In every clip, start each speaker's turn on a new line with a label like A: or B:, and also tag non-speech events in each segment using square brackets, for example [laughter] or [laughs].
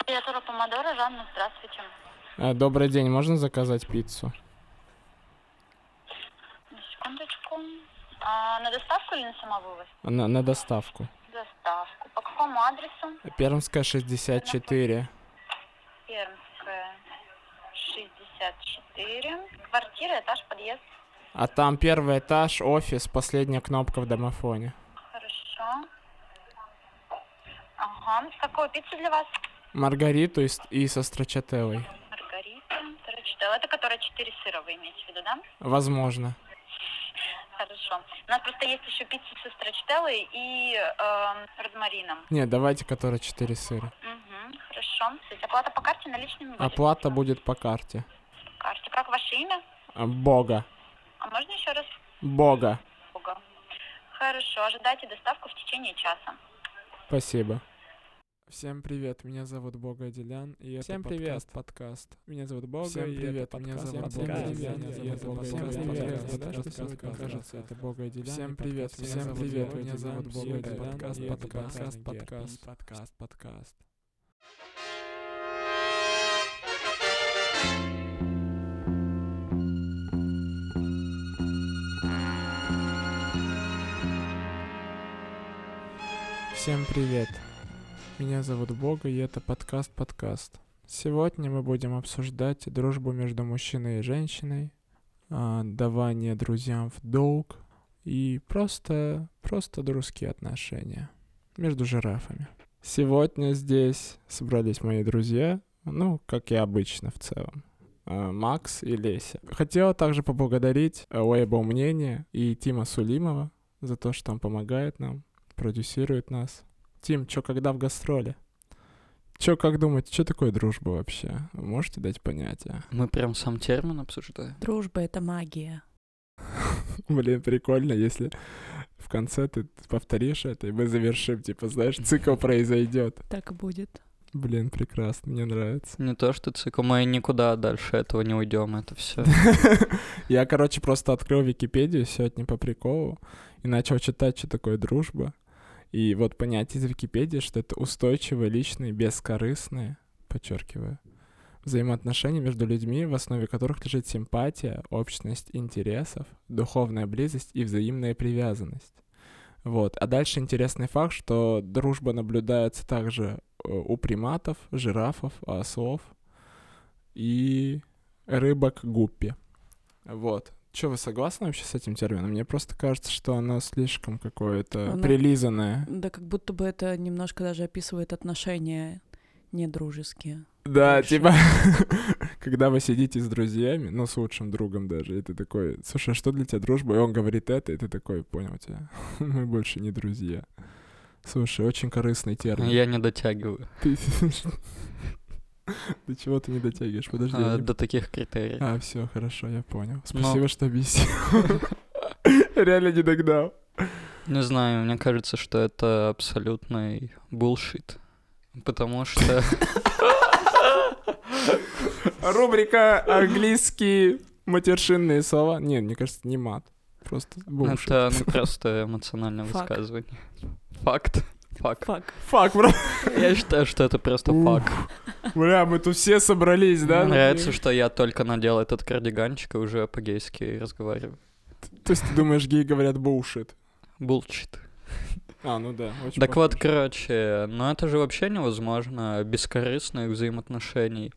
A: Аббревиатура Помодора, Жанна, здравствуйте.
B: Э, Добрый день, можно заказать пиццу?
A: На Секундочку. А, на доставку или на самовывоз?
B: На, на доставку.
A: Доставку. По какому адресу?
B: Пермская 64.
A: Пермская, 64. Квартира, этаж, подъезд.
B: А там первый этаж, офис, последняя кнопка в домофоне.
A: Хорошо. Ага. Какую пиццу для вас?
B: Маргариту и, с- и со строчателлой.
A: Маргарита. Тарачител. Это которая 4 сыра, вы имеете в виду, да?
B: Возможно.
A: Хорошо. У нас просто есть еще пицца со строчителлой и эм, розмарином.
B: Нет, давайте, которая 4 сыра.
A: Угу, хорошо. То есть оплата по карте наличными будет?
B: Оплата будет по карте.
A: По карте. Как ваше имя?
B: А, Бога.
A: А можно еще раз?
B: Бога.
A: Ого. Хорошо, ожидайте доставку в течение часа.
B: Спасибо. Всем привет, меня зовут Бога Делян, и это
C: Всем
B: подкаст.
C: привет.
B: подкаст. Меня зовут Бога,
C: Всем
B: и
C: привет,
B: это
C: меня
B: подкаст.
C: зовут
B: Всем
C: Бога
B: привет,
C: Делян,
B: меня зовут
C: и это
B: Бога Делян,
C: подкаст. Всем
B: и это
C: привет,
B: подкаст.
C: да, что
B: Подкаст,
C: сегодня
B: кажется, это Бога Делян.
C: Всем
B: и
C: привет,
B: подкаст.
C: всем
B: Всем
C: привет,
B: привет, меня зовут Бога Делян,
C: Делян,
B: подкаст,
C: и это
B: подкаст,
C: подкаст,
B: подкаст, подкаст,
C: подкаст,
B: подкаст. Всем привет. Меня зовут Бога, и это подкаст подкаст. Сегодня мы будем обсуждать дружбу между мужчиной и женщиной, а, давание друзьям в долг и просто, просто дружеские отношения между жирафами. Сегодня здесь собрались мои друзья, ну, как и обычно в целом. а, Макс и Леся. Хотела также поблагодарить э, лейбл «Мнение» и Тима Сулимова за то, что он помогает нам, продюсирует нас. Тим, чё когда в гастроли? Чё, как думаете, что такое дружба вообще? Можете дать понятие? [laughs]
C: Мы прям сам термин обсуждаем.
D: Дружба — это магия.
B: Блин, прикольно, если в конце ты повторишь это, и мы завершим, типа, знаешь, цикл произойдет.
D: Так и будет.
B: Блин, прекрасно, мне нравится.
C: Не то, что цикл, мы никуда дальше этого не уйдем, это все.
B: [laughs] Я, короче, просто открыл Википедию сегодня по приколу и начал читать, что такое дружба. И вот понятие из Википедии, что это устойчивые, личные, бескорыстные, подчеркиваю, взаимоотношения между людьми, в основе которых лежит симпатия, общность интересов, духовная близость и взаимная привязанность. Вот. А дальше интересный факт, что дружба наблюдается также э, у приматов, жирафов, ослов и рыбок гуппи. Вот. Че, вы согласны вообще с этим термином? Мне просто кажется, что оно слишком какое-то
D: Оно-
B: прилизанное.
D: Да как будто бы это немножко даже описывает отношения недружеские.
B: Да,
D: Хорошо.
B: типа, [laughs] когда вы сидите с друзьями, ну, с лучшим другом даже, и ты такой, слушай, а что для тебя дружба? И он говорит это, и ты такой, понял тебя, [laughs] мы больше не друзья. Слушай, очень корыстный термин.
C: Я не дотягиваю
B: Ты... [laughs] До чего ты не дотягиваешь? Подожди. я
C: а,
B: не-
C: до таких критерий.
B: А, все, хорошо, я понял.
C: Но-
B: Спасибо, что
C: [laughs]
B: объяснил. Реально не догнал.
C: Не знаю, мне кажется, что это абсолютный булшит. Потому что...
B: Рубрика английские матершинные слова. Нет, мне кажется, не мат. Просто бушит.
C: Это ну, просто эмоциональное
D: Фак.
C: высказывание. Факт. Фак.
D: Фак.
B: Фак, бро.
C: Я считаю, что это просто
B: Ух,
C: факт.
B: Бля, мы тут все собрались, да?
C: Мне нравится, что я только надел этот кардиганчик и уже по-гейски разговариваю.
B: То есть ты думаешь, геи говорят бушит?
C: Булчит.
B: А, ну да. очень
C: Так вот,
B: похоже.
C: короче, ну это же вообще невозможно, бескорыстных взаимоотношений.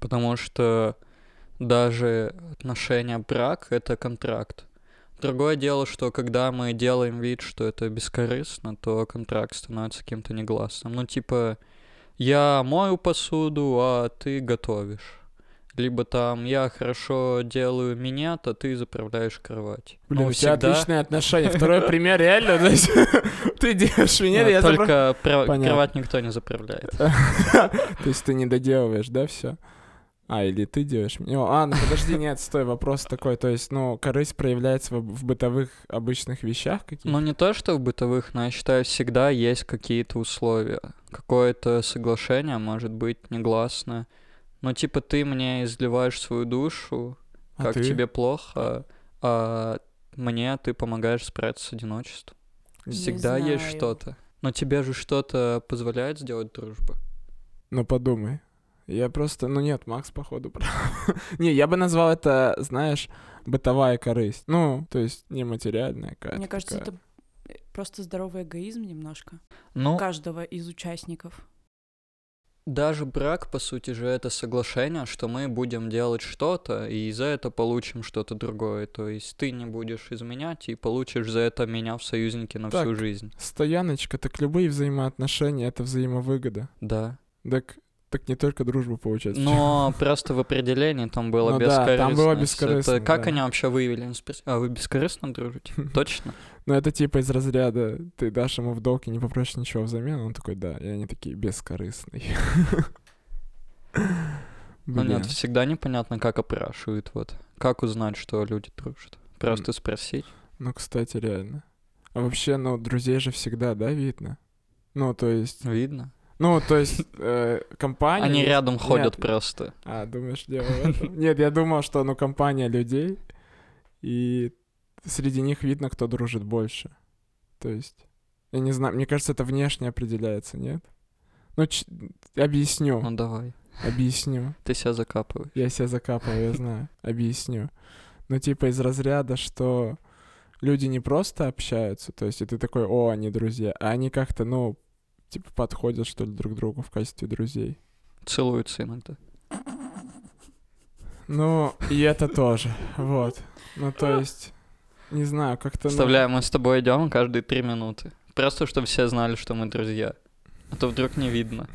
C: Потому что даже отношения брак — это контракт. Другое дело, что когда мы делаем вид, что это бескорыстно, то контракт становится каким-то негласным. Ну, типа, я мою посуду, а ты готовишь. Либо там, я хорошо делаю меня, то ты заправляешь кровать.
B: Блин,
C: Ну,
B: у тебя отличные отношения. Второй пример реально. [laughs] то есть, Ты делаешь меня,
C: а,
B: я забра-
C: Только про-
B: Понятно.
C: кровать никто не заправляет.
B: [laughs] То есть ты не доделываешь, да, все? А, или ты делаешь мне. О, А, ну подожди, нет, стой, вопрос такой. То есть, ну, корысть проявляется в, в бытовых обычных вещах каких-то?
C: Ну, не то, что в бытовых, но я считаю, всегда есть какие-то условия. Какое-то соглашение может быть негласно. Ну, типа, ты мне изливаешь свою душу,
B: А
C: как
B: ты?
C: тебе плохо, а мне ты помогаешь справиться с одиночеством.
B: Не
C: Всегда есть
D: знаю.
C: что-то. Но тебе же что-то позволяет сделать дружба.
B: Ну подумай. Я просто... Ну нет, Макс, походу, [laughs] прав. Не, я бы назвал это, знаешь, бытовая корысть. Ну, то есть нематериальная какая-то.
D: Мне кажется,
B: такая.
D: это просто здоровый эгоизм немножко. У
C: Ну,
D: каждого из участников.
C: даже брак, по сути же, это соглашение, что мы будем делать что-то, и за это получим что-то другое. То есть ты не будешь изменять, и получишь за это меня в союзнике на
B: Так.
C: всю жизнь.
B: Стояночка, так любые взаимоотношения — это взаимовыгода.
C: Да.
B: Так, так не только дружба получается.
C: Но просто в определении там было
B: Ну да,
C: бескорыстность.
B: там было
C: Это
B: бескорыстность,
C: как
B: да.
C: они вообще выявили? Они спросили, А вы
B: [laughs]
C: бескорыстно дружите? Точно?
B: Но это типа из разряда «ты дашь ему в долг и не попросишь ничего взамен», он такой «да», и они такие «бескорыстный».
C: Ну
B: Блин.
C: нет, всегда непонятно, как опрашивают. Вот. Как узнать, что люди дружат? Просто спросить.
B: Ну, кстати, реально. А вообще, ну, друзей же всегда, да, видно? Ну, то есть...
C: Видно.
B: Ну, то есть, э, компания...
C: Они рядом
B: Нет.
C: ходят просто.
B: А, думаешь, дело в этом? Нет, я думал, что, ну, компания людей, и среди них видно, кто дружит больше. То есть, я не знаю, мне кажется, это внешне определяется, нет? Ну, ч- объясню,
C: Ну давай.
B: объясню.
C: Ты себя закапывай.
B: Я себя закапываю, я знаю. Объясню. Ну, типа из разряда, что люди не просто общаются, то есть и ты такой, о, они друзья, а они как-то, ну, типа подходят, что ли, друг к другу в качестве друзей.
C: Целуются иногда.
B: Ну, и это тоже, вот. Ну, то есть, не знаю, как-то... ну,
C: Представляю, мы с тобой идем каждые три минуты. Просто чтобы все знали, что мы друзья. А то вдруг не видно.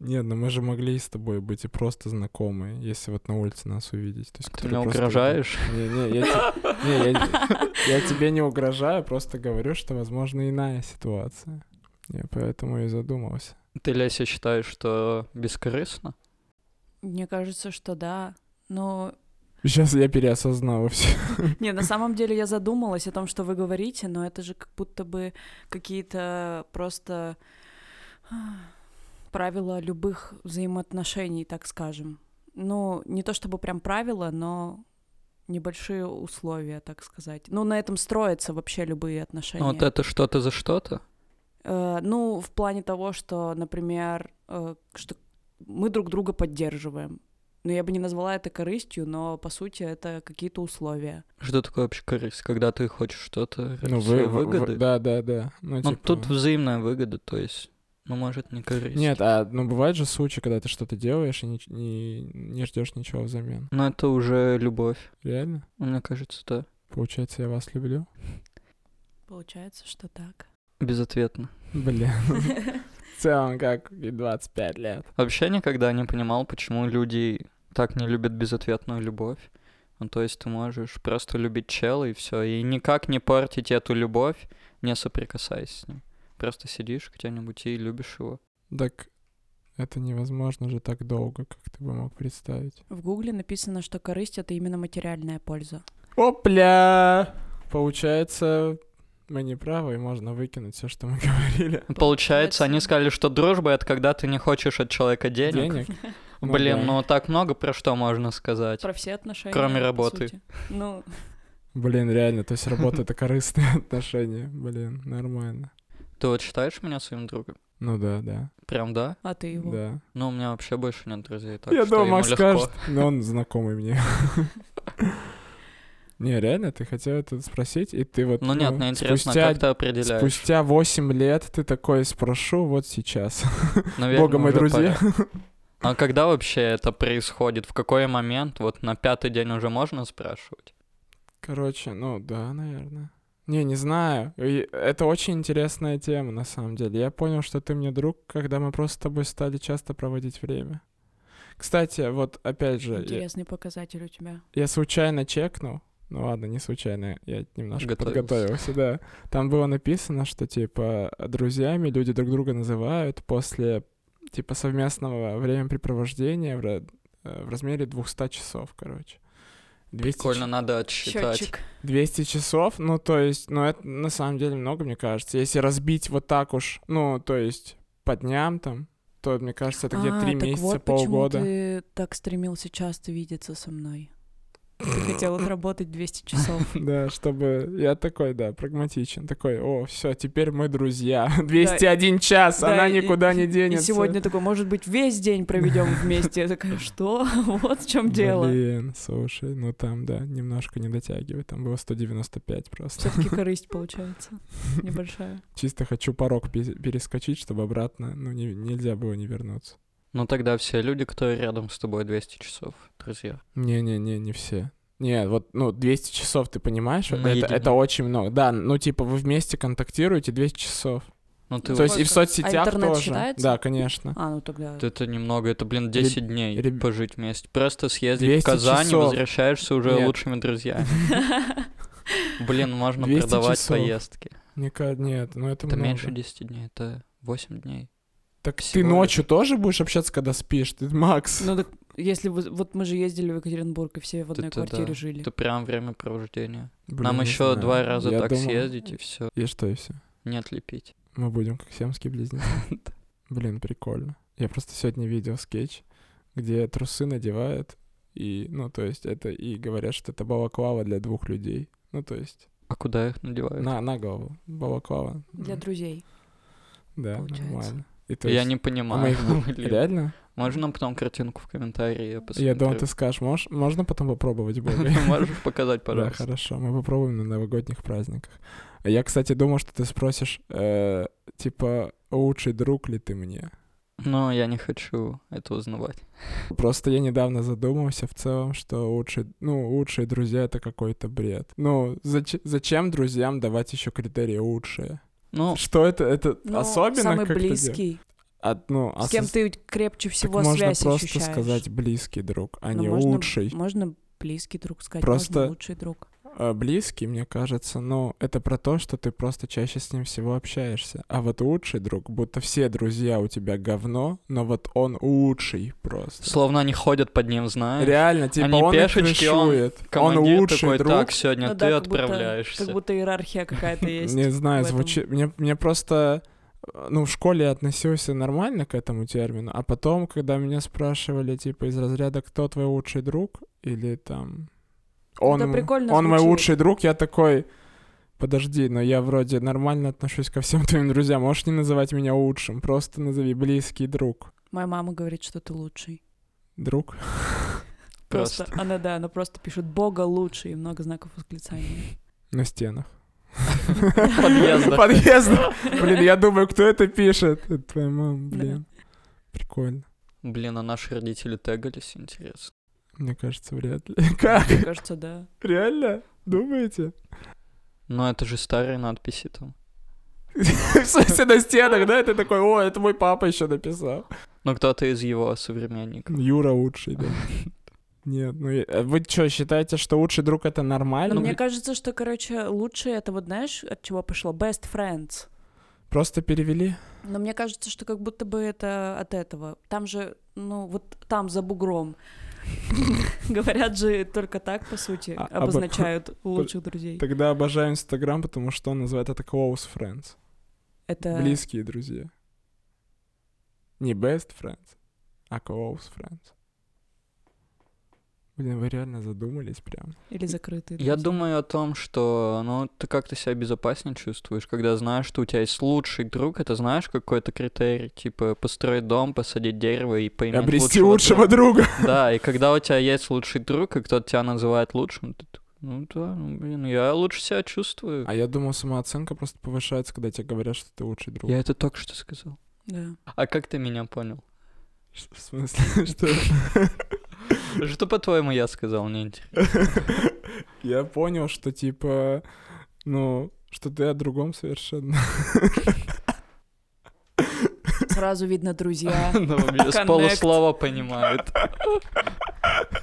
B: Нет, ну мы же могли и с тобой быть и просто знакомые, если вот на улице нас увидеть. То есть,
C: Ты
B: которые
C: мне
B: просто-
C: угрожаешь?
B: Не-не, я, те- не,
D: [laughs]
B: я- я тебе не угрожаю, просто говорю, что, возможно, иная ситуация. Я поэтому и задумался.
C: Ты, Леся, считаешь, что бескорыстно?
D: Мне кажется, что да. Но
B: Сейчас я переосознал все.
C: [laughs]
D: не, на самом деле я задумалась о том, что вы говорите, но это же как будто бы какие-то просто а, правила любых взаимоотношений, так скажем. Ну, не то чтобы прям правила, но небольшие условия, так сказать. Ну, на этом строятся вообще любые отношения.
C: Ну вот это что-то за что-то?
D: Э, ну, в плане того, что, например, э, что мы друг друга поддерживаем. Ну, я бы не назвала это корыстью, но, по сути, это какие-то условия.
C: Что такое вообще корысть? Когда ты хочешь что-то ради
B: Ну,
C: своей
B: вы, вы- вы-
C: выгоды?
B: Да, да, да. Ну,
C: Ну,
B: типа-
C: тут взаимная выгода, то есть, ну, может, не корысть.
B: Нет, а ну бывают же случаи, когда ты что-то делаешь и не, не, не ждешь ничего взамен.
C: Но это уже любовь,
B: Реально?
C: мне кажется, да.
B: Получается, я вас люблю?
D: Получается, что так.
C: Безответно.
B: Блин. [laughs] В целом, как и 25 лет.
C: Вообще никогда не понимал, почему люди так не любят безответную любовь. Ну, то есть ты можешь просто любить чела и все, и никак не портить эту любовь, не соприкасаясь с ним. Просто сидишь где-нибудь и любишь его.
B: Так это невозможно же так долго, как ты бы мог представить.
D: [laughs] В Гугле написано, что корысть — это именно материальная польза.
B: Опля! Получается, мы не правы, и можно выкинуть все, что мы [laughs] говорили.
C: Получается, они
D: Получается.
C: сказали, что дружба — это когда ты не хочешь от человека денег.
B: Денег? Ну
C: Блин,
B: да.
C: ну так много про что можно сказать.
D: Про все отношения.
C: Кроме
D: по
C: работы.
D: сути. Ну,
B: Блин, реально, то есть работа — это [laughs] корыстные отношения. Блин, нормально.
C: Ты вот считаешь меня своим другом?
B: Ну да, да,
C: Прям да?
D: а ты его.
B: да.
C: Ну, у меня вообще больше нет друзей, так
B: Я
C: что
B: думал,
C: ему
B: Макс
C: легко.
B: скажет, но он знакомый
C: [laughs]
B: мне. Не, реально, ты хотел это спросить, и ты вот...
C: Ну нет, мне интересно,
B: спустя-
C: как ты определяешь?
B: Спустя 8 лет ты такой спрошу вот сейчас.
C: Наверное,
B: Бога мои
C: уже
B: друзья.
C: пора.
B: [laughs]
C: А когда вообще это происходит? В какой момент? Вот на пятый день уже можно спрашивать?
B: Короче, ну да, наверное. Не, не знаю. И Это очень интересная тема, на самом деле. Я понял, что ты мне друг, когда мы просто с тобой стали часто проводить время. Кстати, вот опять же, я,
D: Интересный показатель у тебя.
B: я случайно чекнул. Ну ладно, не случайно, я немножко
C: Готовился.
B: подготовился, да. Там было написано, что типа друзьями люди друг друга называют после типа совместного времяпрепровождения в, ра- э, в размере 200 часов, короче. 200
C: Прикольно, надо отсчитать.
D: Счетчик.
B: 200 часов, ну, то есть, ну, это на самом деле много, мне кажется. Если разбить вот так уж, ну, то есть, по дням там, то, мне кажется, это где-то
D: а,
B: 3
D: так
B: месяца,
D: вот почему
B: полгода. [laughs]
D: [laughs] ты так стремился часто видеться со мной. ты хотел отработать 200 часов.
B: Да, чтобы... Я такой, да, прагматичен. Такой, о, все, теперь мы друзья. [laughs] 201 час,
D: Да,
B: она
D: и-
B: никуда не
D: [laughs] И
B: денется.
D: сегодня такой, может быть, весь день проведем вместе. Я такая, что? [laughs] Вот в чем дело.
B: Блин, слушай, ну там, да, немножко не дотягивает. Там было 195 просто.
D: Все-таки корысть получается небольшая.
B: Чисто хочу порог пе- перескочить, чтобы обратно, ну, не- нельзя было не вернуться.
C: Ну тогда все люди, которые рядом с тобой 200 часов, друзья.
B: Не-не-не, не все. Не, вот, ну, 200 часов, ты понимаешь?
C: Мы
B: это,
C: едины.
B: это очень много. Да, ну, типа, вы вместе контактируете 200 часов.
C: Ну ты,
B: То есть и в
D: Сколько? А
B: соцсетях
D: интернет
B: тоже.
D: считается?
B: Да, конечно.
D: А, ну тогда... [laughs]
C: вот [laughs] это немного, это, блин, 10 дней
B: реб-
C: пожить вместе. Просто съездить
B: 200
C: в Казань, и
B: часов.
C: возвращаешься уже
B: Нет.
C: лучшими
D: А.
C: друзьями. Блин, можно
B: 200
C: продавать
B: часов.
C: поездки.
B: [laughs] Мне ка- нет, ну это,
C: Это
B: много.
C: меньше 10 дней, это 8 дней.
B: Так ты
C: всего
B: ночью тоже будешь общаться, когда спишь? Ты Макс.
D: Ну так, если вы... Вот мы же ездили в Екатеринбург, и все в одной
C: Это да.
D: квартире жили.
C: Это прям времяпровождение.
B: Блин,
C: Нам
B: не
C: еще
B: знаю.
C: два раза
B: Я
C: так
B: думал-
C: съездить и все.
B: И что, и все?
C: Не отлепить.
B: Мы будем как сиамские
C: [laughs]
B: близнецы. Блин, прикольно. Я просто сегодня видел скетч, где трусы надевают, и, ну, то есть это, и говорят, что это балаклава для двух людей. Ну, то есть
C: А куда их надевают?
B: на, на голову. Балаклава.
D: Для
B: М,
D: друзей.
B: Да,
D: получается.
B: нормально. И то
C: Я
B: есть-
C: не понимаю. [laughs] блин.
B: Реально?
C: Можно потом картинку в комментарии я
B: Я думал, ты
C: посмотрю?
B: скажешь, можешь, можно потом попробовать более?
C: [laughs] Можешь показать,
B: Да,
C: пожалуйста?
B: хорошо, мы попробуем на новогодних праздниках. А Я, кстати, думал, что ты спросишь, э, типа, лучший друг ли ты мне?
C: Но я не хочу это узнавать.
B: Просто я недавно задумался в целом, что лучший, ну, лучшие друзья — это какой-то бред. Ну, зач- зачем друзьям давать еще критерии лучшие?
C: Ну,
B: Что это? Это
D: Ну,
B: особенно
D: Самый
B: как-то делать?
D: близкий.
B: От- ну, а
D: С кем
B: со-
D: ты крепче
B: так
D: всего
B: можно
D: связь
B: просто
D: ощущаешь.
B: сказать близкий друг, а
D: Ну,
B: не
D: можно-
B: лучший.
D: Можно близкий друг сказать,
B: Просто-
D: можно лучший друг.
B: А, близкий, мне кажется, ну, это про то, что ты просто чаще с ним всего общаешься. А вот лучший друг, будто все друзья у тебя говно, но вот он лучший просто.
C: словно они ходят под ним, знаешь?
B: Реально, типа
C: Они
B: он их
C: пешечки, он
B: крышует. Он,
C: Командир
B: лучший
C: такой,
B: друг.
C: так, сегодня
D: Ну
C: А ты
D: да, как будто-
C: отправляешься.
D: Как будто
B: [laughs]
D: иерархия какая-то есть.
B: Не знаю,
D: в этом.
B: звучит... Мне, мне просто... э, Ну, в школе я относился нормально к этому термину, а потом, когда меня спрашивали, типа, из разряда «Кто твой лучший друг?» или там... «Он,
D: Это прикольно
B: он мой
D: звучит.
B: лучший друг», я такой... Подожди, но я вроде нормально отношусь ко всем [laughs] твоим друзьям. Можешь не называть меня лучшим, просто назови близкий друг.
D: Моя мама говорит, что ты лучший.
B: Друг?
D: Просто,
C: Просто.
D: она, да, она просто пишет «Бога лучший» и много знаков
B: [laughs]
D: восклицания.
B: На стенах.
C: Подъездах.
B: Подъездах. Блин, я думаю, кто это пишет? Это твоя мама,
D: Да.
B: блин. Прикольно.
C: Блин, а наши родители тегались, интересно.
B: Мне кажется, вряд ли. [laughs] Как?
D: Мне кажется, да.
B: Реально? Думаете?
C: Но это же старые надписи там.
B: [laughs] В смысле, на стенах, да? Ты такой, о, это мой папа еще написал.
C: Но Ну, кто-то из его современников.
B: Юра лучший, [laughs] да. Нет, ну я- а вы что, считаете, что лучший друг это
D: Но
B: нормально?
D: Ну, мне кажется, что, короче, лучшее это вот знаешь, от чего пошло? Best friends.
B: Просто перевели?
D: Но мне кажется, что как будто бы это от этого. Там же, ну, вот там, за бугром. [laughs] Говорят же только так, по сути,
B: А- об-
D: обозначают лучших друзей.
B: Тогда обожаю Инстаграм, потому что он называет это close friends.
D: Это
B: Близкие друзья. Не best friends, а close friends. Блин, вы реально задумались прям.
D: или закрытые
C: Я
D: друзья.
C: думаю о том, что ну, ты как-то себя безопаснее чувствуешь, когда знаешь, что у тебя есть лучший друг, это знаешь какой-то критерий, типа построить дом, посадить дерево и поиметь
B: Обрести лучшего
C: друга.
B: друга.
C: Да, и когда у тебя есть лучший друг, и кто-то тебя называет лучшим, ты такой, ну да, ну, блин, я лучше себя чувствую.
B: А я думал, самооценка просто повышается, когда тебе говорят, что ты лучший друг.
C: Я это только что сказал.
D: Да.
C: А как ты меня понял?
B: Ш- [laughs] В смысле, [laughs] что?
C: Что, по-твоему, я сказал,
B: [laughs]
C: мне интересно.
B: Я понял, что типа, ну, что ты о другом совершенно. [laughs]
D: Сразу видно [laughs] друзья.
C: Ну, меня С
D: Connect.
C: полуслова понимают.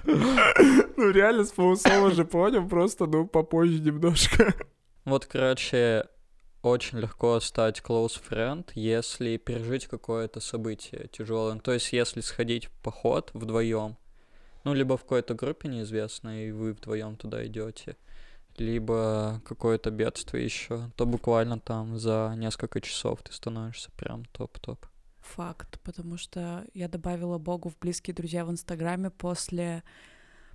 B: Ну, реально, с полуслова же понял, просто, ну, попозже немножко.
C: Вот, короче, очень легко стать close friend, если пережить какое-то событие тяжелое. Ну, То есть, если сходить в поход вдвоем, ну, либо в какой-то группе неизвестной, и вы вдвоем туда идете, либо какое-то бедствие еще, то буквально там за несколько часов ты становишься прям топ-топ.
D: Факт, потому что я добавила Богу в близкие друзья в Инстаграме после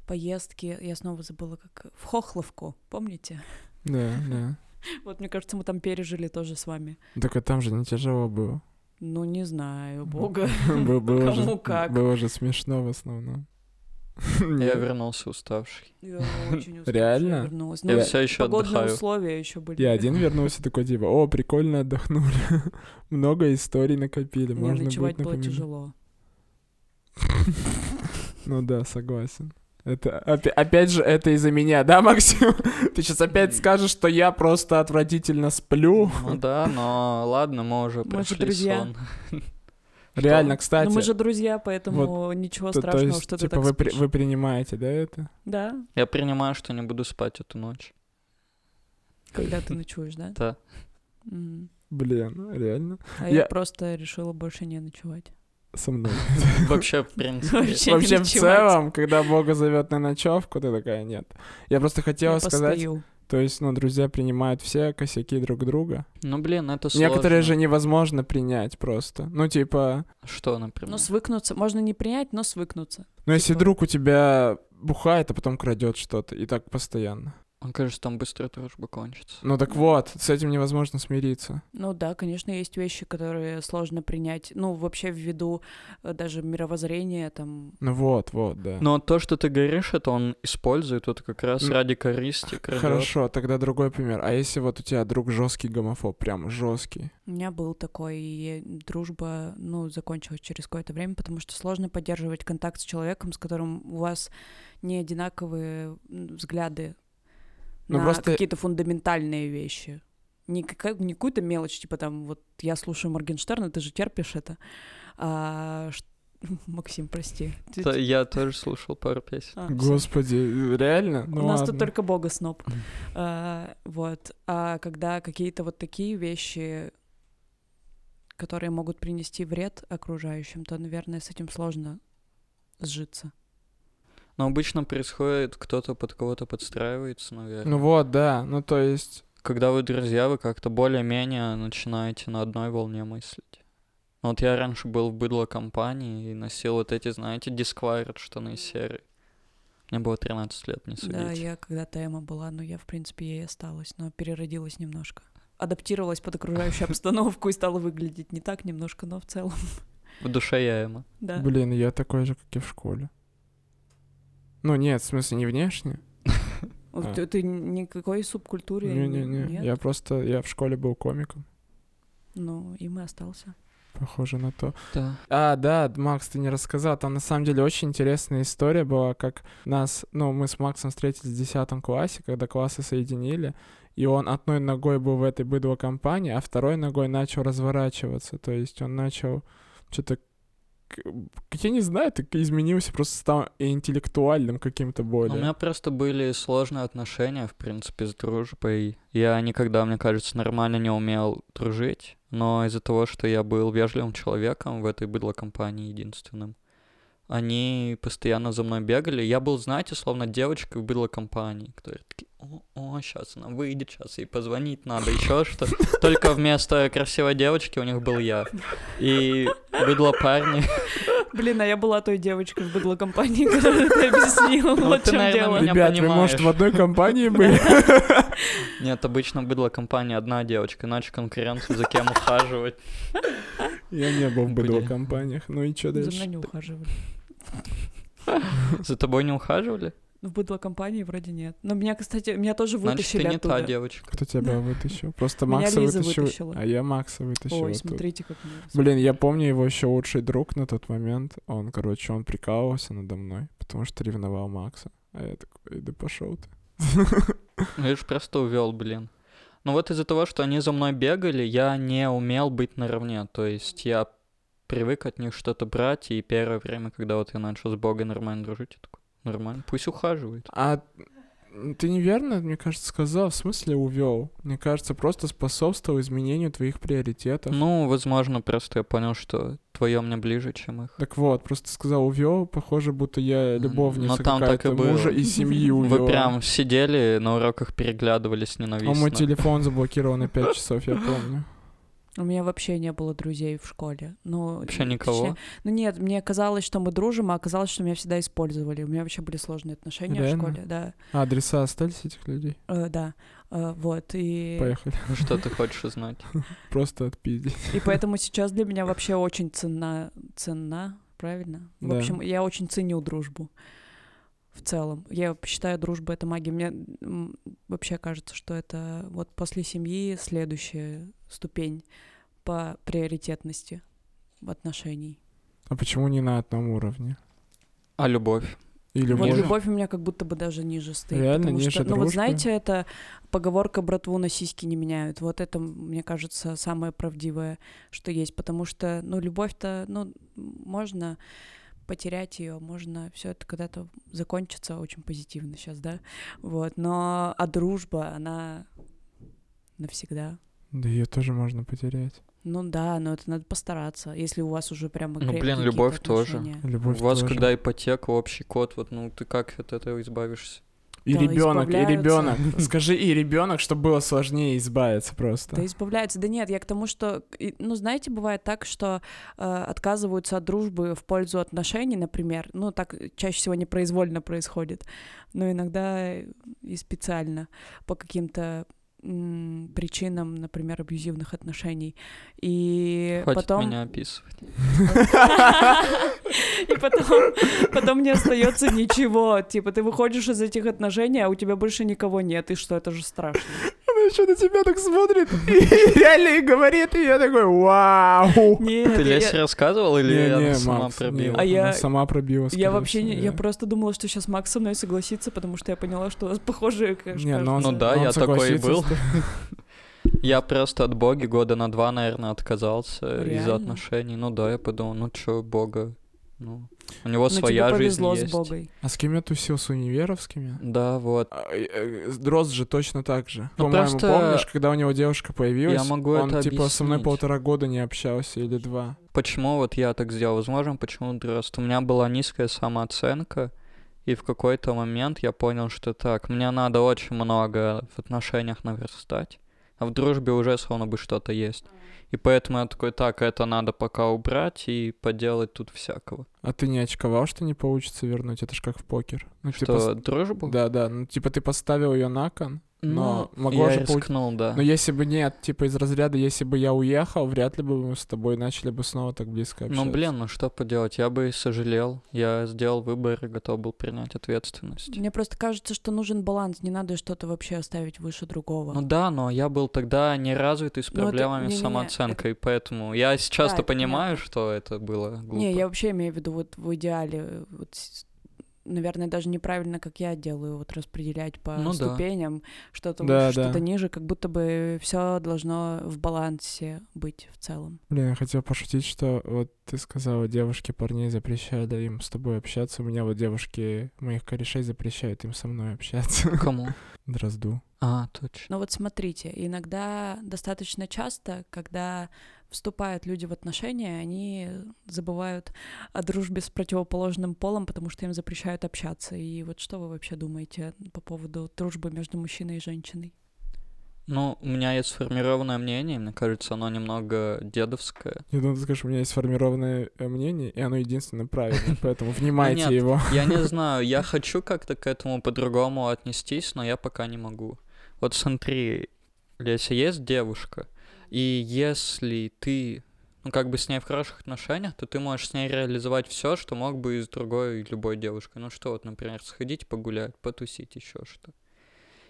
D: поездки, я снова забыла, как в Хохловку, помните?
B: Да, да.
D: Вот, мне кажется, мы там пережили тоже с вами.
B: Так а там же не тяжело было.
D: Ну, не знаю, бога.
B: Бы- Было
D: Кому
B: же,
D: как.
B: было же смешно в основном.
C: Я
B: Не,
C: вернулся уставший.
D: Я очень уставшая
B: Реально?
D: вернулась.
C: Я
D: Ну,
C: все еще
D: погодные
C: отдыхаю.
D: условия еще были.
B: Я
D: [laughs]
B: один вернулся такой типа, о, прикольно отдохнули, [laughs] много историй накопили,
D: Мне
B: можно
D: ночевать
B: будет
D: было
B: напоминать.
D: тяжело.
B: Ну да, согласен. Это опя- опять же это из-за меня, да, [laughs] Максим? Ты сейчас опять скажешь, что я просто отвратительно сплю.
C: Ну да, но ладно, мы уже
D: Мы же
C: прошли
D: друзья.
C: сон. [laughs]
B: Реально,
D: Но
B: кстати.
D: Ну, мы же друзья, поэтому ничего
B: то- то
D: страшного,
B: есть,
D: что
B: типа,
D: ты так
B: вы, при-
D: спишь.
B: вы принимаете, да, это?
D: Да,
C: Я принимаю, что не буду спать эту ночь.
D: когда ты ночуешь, да?
C: Да.
D: М.
B: Блин, реально.
D: А я...
B: Я-
D: просто решила больше не ночевать.
B: Со
D: [laughs]
B: мной. [laughs]
C: Вообще, в принципе.
D: Вообще, не
B: Вообще, в
D: ночевать.
B: целом, когда Бога зовет на ночевку, ты такая, нет. Я просто хотела
D: Я
B: сказать,
D: постою.
B: то есть, ну, друзья принимают все косяки друг друга.
C: Ну, блин, это сложно.
B: Некоторые же невозможно принять просто. Ну, типа,
C: Что, например?
D: Но свыкнуться, можно не принять, но свыкнуться.
B: ну, если
D: Типа-
B: друг у тебя бухает, а потом крадет что-то, и так постоянно.
C: Он, кажется, там быстро дружба кончится.
B: Ну, так вот, с этим невозможно смириться.
D: Ну да, конечно, есть вещи, которые сложно принять. Ну, вообще ввиду э, даже мировоззрения там.
B: Ну, вот, вот, да.
C: Но то, что ты говоришь, это он использует вот как раз
B: Ну,
C: ради користи. крадёт.
B: Хорошо, тогда другой пример. А если вот у тебя друг жесткий гомофоб, прям жесткий?
D: У меня был такой, и дружба, ну, закончилась через какое-то время, потому что сложно поддерживать контакт с человеком, с которым у вас не одинаковые м, взгляды
B: Ну,
D: на
B: просто-
D: какие-то фундаментальные вещи. Не, какая- не какую-то мелочь, типа там, вот я слушаю Моргенштерна, ты же терпишь это. А, ш- [laughs] Максим, прости. Ты-
C: Да, я тоже слушал пару песен.
D: а, всё.
B: Господи, реально?
D: У
B: Ну,
D: нас
B: ладно.
D: тут только бога сноп. А, вот. А когда какие-то вот такие вещи, которые могут принести вред окружающим, то, наверное, с этим сложно сжиться.
C: Но обычно происходит, кто-то под кого-то подстраивается, наверное.
B: Ну вот, да. Ну то есть,
C: Когда вы друзья, вы как-то более-менее начинаете на одной волне мыслить. Ну, Вот я раньше был в быдло компании и носил вот эти, знаете, дисквайред штаны серые. Мне было 13 лет, не судите.
D: Да, я когда-то Эма была, но я, в принципе, ей осталась, но переродилась немножко. Адаптировалась под окружающую обстановку и стала выглядеть не так немножко, но в целом,
C: В душе я Эма.
D: да.
B: блин, я такой же, как и в школе. Ну нет, в смысле не внешне.
D: Вот
B: А.
D: Ты, ты никакой субкультуре
B: Не, не, не.
D: нет?
B: Я просто, я в школе был комиком,
D: Ну, им и остался.
B: похоже на то.
C: Да.
B: А, да, Макс, ты не рассказал. Там на самом деле очень интересная история была, как нас, ну, мы с Максом встретились в 10 классе, когда классы соединили, и он одной ногой был в этой быдло-компании, а второй ногой начал разворачиваться. То есть он начал что-то к- к- я не знаю, ты изменился, просто стал интеллектуальным каким-то
C: У
B: более.
D: Ну,
C: меня просто были сложные отношения, в принципе, с дружбой. Я никогда, мне кажется, нормально не умел дружить, но из-за того, что я был вежливым человеком в этой быдлокомпании единственным, они постоянно за мной бегали. Я был, знаете, словно девочкой в быдлокомпании, которая такие, о, о, сейчас она выйдет, сейчас ей позвонить надо, еще что. Только вместо красивой девочки у них был я. И быдло парни.
D: Блин, а я была той девочкой в быдлокомпании, [laughs] которую ты объяснила,
C: Ну,
D: вот в
C: ты,
D: чем
C: наверное,
D: дело.
C: меня
B: Ребят, вы, может, в одной компании
D: [laughs]
B: были?
C: Нет, обычно быдло компания одна девочка, иначе конкуренция за кем ухаживать.
B: Я не был в
C: Были.
B: быдло-компаниях. Ну и что
D: За мной
B: дальше?
D: не ухаживали.
C: [laughs] За тобой не ухаживали?
D: Ну, В быдлокомпании вроде нет. Но меня, кстати, меня тоже
C: Значит,
D: вытащили
C: ты не та
D: оттуда.
C: девочка.
B: Кто тебя вытащил? Просто
D: Меня
B: Макса
D: Лиза
B: вытащил.
D: вытащила.
B: А я Макса вытащил.
D: Ой,
B: оттуда.
D: смотрите, как мы...
B: Блин, я помню его еще лучший друг на тот момент. Он, короче, он прикалывался надо мной, потому что ревновал Макса. А я такой, да пошел ты.
C: Ну, Видишь, просто увел, блин. Ну вот из-за того, что они за мной бегали, я не умел быть наравне. То есть я привык от них что-то брать, и первое время, когда вот я начал с Богой нормально дружить, я такой, нормально, пусть ухаживает.
B: А ты неверно, мне кажется, сказал, в смысле увел. Мне кажется, просто способствовал изменению твоих приоритетов.
C: Ну, возможно, просто я понял, что твое мне ближе, чем их.
B: Так вот, просто сказал увел, похоже, будто я
C: М,
B: любовница
C: ну, там так и
B: какая-то
C: было.
B: мужа и семьи увел.
C: [laughs] Вы прям сидели на уроках, переглядывались
B: А мой
C: [laughs] ненавистно.
B: телефон заблокирован на 5 часов, я помню.
D: У меня вообще не было друзей в школе. Ну,
C: Вообще
D: н-
C: никого.
D: точнее, ну нет, мне казалось, что мы дружим, а оказалось, что меня всегда использовали. У меня вообще были сложные отношения
B: Реально?
D: в школе, да.
B: А адреса остались этих людей?
D: Э, да. Э, вот. И...
B: Поехали.
C: Ну, Что ты хочешь узнать?
B: Просто отпиздить.
D: И поэтому сейчас для меня вообще очень ценна, ценна, правильно? В
B: Да.
D: общем, я очень ценю дружбу в целом. Я считаю, дружба — это магия. Мне м, вообще кажется, что это вот после семьи следующая ступень по приоритетности в отношении.
B: А почему не на одном уровне?
C: А любовь?
B: Или
D: Вот
C: Ниже?
B: может...
D: любовь у меня как будто бы даже ниже стоит.
B: Реально,
D: потому
B: ниже
D: что, ну
B: дружбы?
D: вот знаете, это поговорка «братву на сиськи не меняют». Вот это, мне кажется, самое правдивое, что есть. Потому что, ну, любовь-то, ну, можно потерять ее, можно все это когда-то закончится очень позитивно сейчас, да? Вот, но а дружба, она навсегда.
B: Да ее тоже можно потерять.
D: Ну да, но это надо постараться, если у вас уже прямо
C: Ну, блин,
D: крепкие какие-то
C: любовь тоже.
D: отношения.
B: Любовь
C: У вас,
B: тоже.
C: когда ипотека, общий код, вот, ну, ты как от этого избавишься?
B: И
D: Да,
B: ребенок, и
D: избавляются.
B: ребенок. [laughs] Скажи и ребенок, чтобы было сложнее избавиться просто.
D: Да избавляется. Да нет, я к тому, что, и- ну, знаете, бывает так, что э, отказываются от дружбы в пользу отношений, например. Ну, так чаще всего непроизвольно происходит, но иногда и специально по каким-то м, причинам, например, абьюзивных отношений. И
C: Хватит
D: Э, потом...
C: меня описывать.
D: [laughs] И потом, потом не остается ничего. Типа, ты выходишь из этих отношений, а у тебя больше никого нет. И что, это же страшно.
B: Она еще А на тебя так смотрит и [laughs] реально и говорит, и я такой, вау.
D: Нет,
C: Ты
D: я-
C: Лесе рассказывал или
B: Не,
C: она
B: не,
C: сама
B: Макс, не,
C: пробила?
D: А я-
B: она сама пробила. скорее
D: Я вообще не,
B: всего,
D: я
B: да.
D: просто думала, что сейчас Макс со мной согласится, потому что я поняла, что у нас [laughs] похожие, конечно.
B: Не, ну он-
C: Ну да,
B: он
C: я такой
B: согласится
C: и
B: с
C: был. Я просто от Боги года на два, наверное, отказался из-за
D: Реально?
C: отношений. Ну да, я подумал, ну чё, Бога, ну... У него
D: Ну,
C: своя
D: тебе
C: жизнь
D: повезло
C: есть.
D: с Богой.
B: А с кем я тусил? С универовскими?
C: Да, вот.
B: А, э, э, с Дрозд же точно так же.
C: Ну,
B: По-моему,
C: просто-
B: помнишь, когда у него девушка появилась,
C: Я могу
B: он
C: это
B: типа со мной
C: объяснить.
B: полтора года не общался или два.
C: Почему вот я так сделал? Возможно, почему просто у меня была низкая самооценка, и в какой-то момент я понял, что так, мне надо очень много в отношениях наверстать, а в дружбе уже словно бы что-то есть. И поэтому я такой, так, это надо пока убрать и поделать тут всякого.
B: А ты не очковал, что не получится вернуть? Это ж как в покер. Ну,
C: Что, дружбу?
B: Да, да. Ну, типа ты поставил ее на кон, но
C: Ну,
B: могло
C: я
B: же получ-
C: рискнул, да.
B: Но если бы нет, типа из разряда, если бы я уехал, вряд ли бы мы с тобой начали бы снова так близко общаться.
C: Ну, блин, ну что поделать, я бы и сожалел. Я сделал выбор и готов был принять ответственность.
D: Мне просто кажется, что нужен баланс, не надо что-то вообще оставить выше другого.
C: Ну да, но я был тогда неразвитый с
D: типа. Ну, это-
C: проблемами с
D: не-не-не,
C: самооценкой, поэтому я сейчас-то
D: Да, это
C: понимаю, что это было глупо.
D: не, я вообще имею в виду вот в идеале, вот, с- наверное, даже неправильно, как я делаю, вот распределять по
C: Ну да.
D: ступеням что-то
B: Да,
D: выше,
B: да.
D: что-то ниже, как будто бы все должно в балансе быть в целом.
B: Блин, я хотел пошутить, что вот ты сказала, девушки парней запрещали им с тобой общаться. У меня вот девушки моих корешей запрещают им со мной общаться.
C: [laughs]
B: [laughs]
C: Кому?
B: Дрозду.
C: А, точно.
D: Но вот смотрите, иногда достаточно часто, когда вступают люди в отношения, они забывают о дружбе с противоположным полом, потому что им запрещают общаться. И вот что вы вообще думаете по поводу дружбы между мужчиной и женщиной?
C: Ну, у меня есть сформированное мнение, мне кажется, оно немного дедовское.
B: Я думаю, ты скажешь, у меня есть сформированное э, мнение, и оно единственное
C: [laughs]
B: правильное, поэтому
C: Ну нет.
B: внимайте его.
C: Я не знаю, я хочу как-то к этому по-другому отнестись, но я пока не могу. Вот смотри, Леся, есть девушка, и если ты, ну, как бы с ней в хороших отношениях, то ты можешь с ней реализовать все, что мог бы и с другой любой девушкой. Ну что, вот, например, сходить погулять, потусить, еще что.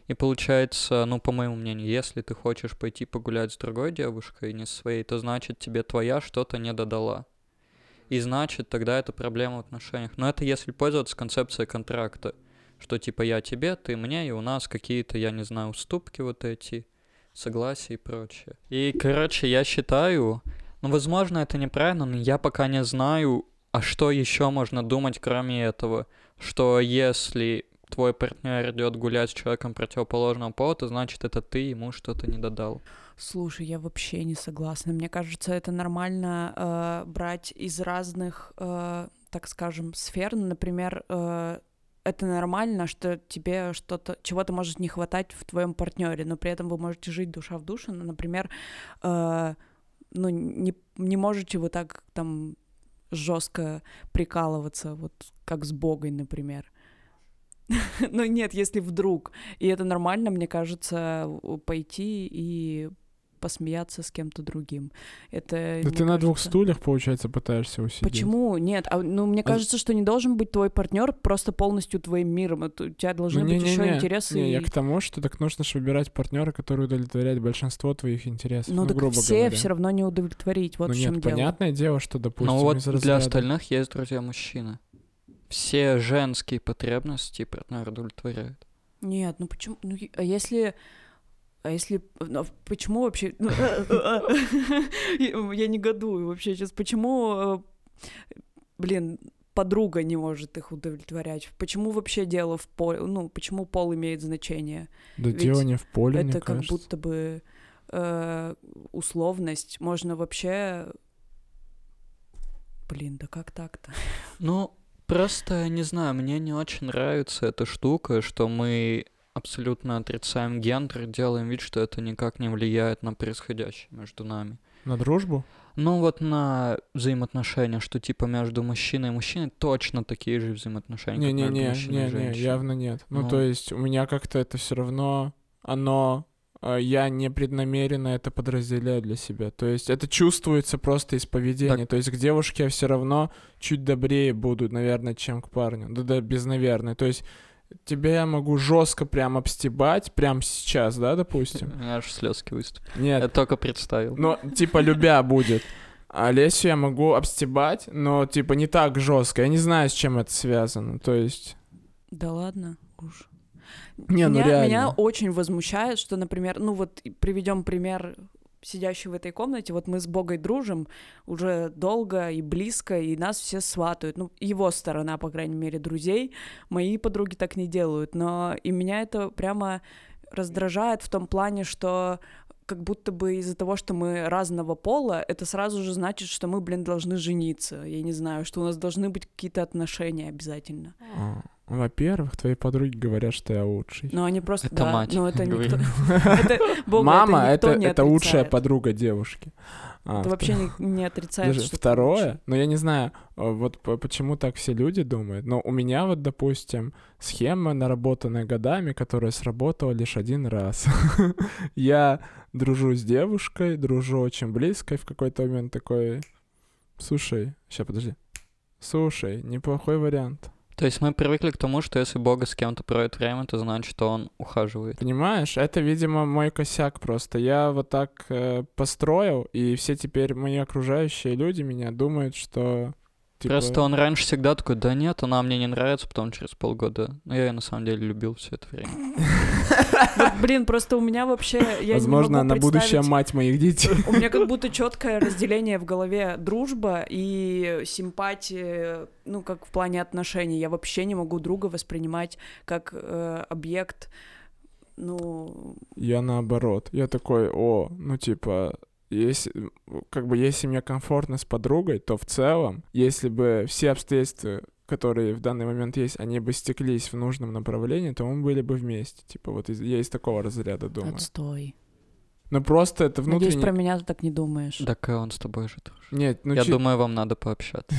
C: И получается, ну, по моему мнению, если ты хочешь пойти погулять с другой девушкой, не со своей, то значит тебе твоя что-то не додала. И значит, тогда это проблема в отношениях. Но это если пользоваться концепцией контракта, что типа я тебе, ты мне, и у нас какие-то, я не знаю, уступки вот эти, согласия и прочее. И, короче, я считаю, ну, возможно, это неправильно, но я пока не знаю, а что еще можно думать, кроме этого, что если твой партнер идет гулять с человеком противоположного пола, то значит, это ты ему что-то не додал.
D: Слушай, я вообще не согласна. Мне кажется, это нормально э, брать из разных, э, так скажем, сфер. Например, э, это нормально, что тебе что-то, чего-то может не хватать в твоем партнере, но при этом вы можете жить душа в душу. Ну, например, э, ну, не, не можете вы так там жестко прикалываться, вот как с Богой, например. [laughs] Ну нет, если вдруг. И это нормально, мне кажется, у- пойти и посмеяться с кем-то другим. Это
B: Да
D: мне
B: ты на двух
D: кажется-
B: стульях, получается, пытаешься усидеть.
D: Почему? Нет, а, ну мне
B: А з-
D: кажется, что не должен быть твой партнер просто полностью твоим миром. Это у тебя
B: Ну,
D: должны
B: не,
D: быть
B: не,
D: еще
B: не.
D: интересы.
B: Не,
D: и-
B: я к тому, что так нужно же выбирать партнера, который удовлетворяет большинство твоих интересов.
D: Ну,
B: Ну,
D: так
B: грубо
D: все
B: говоря.
D: все равно не удовлетворить. Вот
B: ну
D: в
B: нет,
D: чем дело.
B: понятное дело, что, допустим,
C: Но Ну вот
B: из
C: для
B: разряда-
C: остальных есть друзья мужчины. Все женские потребности партнер удовлетворяет.
D: Нет, ну почему? Ну, е- а если. А если... ну, а почему вообще...
B: [laughs]
D: ну, [laughs] Я негодую вообще сейчас. Почему, э, блин, подруга не может их удовлетворять? Почему вообще дело в поле... Ну, почему пол имеет значение?
B: Да
D: ведь
B: дело не в поле, мне
D: Это как
B: кажется.
D: будто бы э, условность. Можно вообще... Блин, да как так-то?
C: Ну, просто, не знаю, мне не очень нравится эта штука, что мы абсолютно отрицаем гендер, делаем вид, что это никак не влияет на происходящее между нами.
B: На дружбу?
C: Ну вот на взаимоотношения, что типа между мужчиной и мужчиной точно такие же взаимоотношения, как между
B: Не-не-не,
C: мужчиной и
B: не, не,
C: женщиной.
B: явно нет. Ну,
C: Ну.
B: то есть у меня как-то это все равно, оно, э, я непреднамеренно это подразделяю для себя. То есть это чувствуется просто из поведения. То есть к девушке я все равно чуть добрее буду, наверное, чем к парню. Да, да, без наверное. То есть тебя я могу жестко прям обстебать, прям сейчас, да,
C: У
B: допустим?
C: [laughs] меня аж слезки выступили.
B: Нет,
C: Я только представил.
B: Ну, типа, любя будет. А Лесю я могу обстебать, но, типа, не так жестко. Я не знаю, с чем это связано. То есть...
D: Да ладно, уж.
B: Не, ну
D: меня,
B: реально.
D: меня очень возмущает, что, например, ну вот приведем пример сидящий в этой комнате, вот мы с Богой дружим уже долго и близко, и нас все сватают, ну, его сторона, по крайней мере, друзей, мои подруги так не делают, но и меня это прямо раздражает в том плане, что как будто бы из-за того, что мы разного пола, это сразу же значит, что мы, блин, должны жениться, я не знаю, что у нас должны быть какие-то отношения обязательно.
B: А, Во-первых, твои подруги говорят, что я лучший.
D: Но они просто...
C: Это
D: да,
C: мать [laughs]
D: но это
C: говорит.
D: никто... это- Ну, Богу,
B: Мама это,
D: никто не
B: это лучшая
D: отрицает.
B: подруга девушки. А,
D: Это
B: вто-
D: вообще ни- не отрицает,
B: даже
D: что ты лучше.
B: второе, но я не знаю, э, вот п- почему так все люди думают, но у меня вот, допустим, схема, наработанная годами, которая сработала лишь один раз. [laughs] Я дружу с девушкой, дружу очень близко, и в какой-то момент такой, слушай, сейчас подожди, слушай, неплохой вариант.
C: То есть мы привыкли к тому, что если Бога с кем-то проводит время, то значит, что он ухаживает.
B: Понимаешь, это, видимо, мой косяк просто. Я вот так э, построил, и все теперь мои окружающие люди меня думают, что... типа,
C: Просто он раньше всегда такой, да нет, она мне не нравится, потом через полгода. Ну, я ее на самом деле любил все это время.
D: Вот, блин, просто у меня вообще... я не
B: Возможно,
D: могу
B: она будущая
D: представить-
B: мать моих детей.
D: [laughs] У меня как будто четкое разделение в голове дружба и симпатия, ну, как в плане отношений. Я вообще не могу друга воспринимать как э, объект, ну,
B: Я наоборот. Я такой, о, ну типа, если, как бы, если мне комфортно с подругой, то в целом, если бы все обстоятельства, которые в данный момент есть, они бы стеклись в нужном направлении, то мы были бы вместе. Типа, вот из- я из такого разряда думаю.
D: отстой.
B: Но просто это
D: Надеюсь,
B: внутренне...
D: про меня ты так не думаешь.
C: Так а он с тобой же дружит.
B: Нет, ну,
C: я
B: чи-
C: думаю, вам надо
B: [laughs]
C: пообщаться.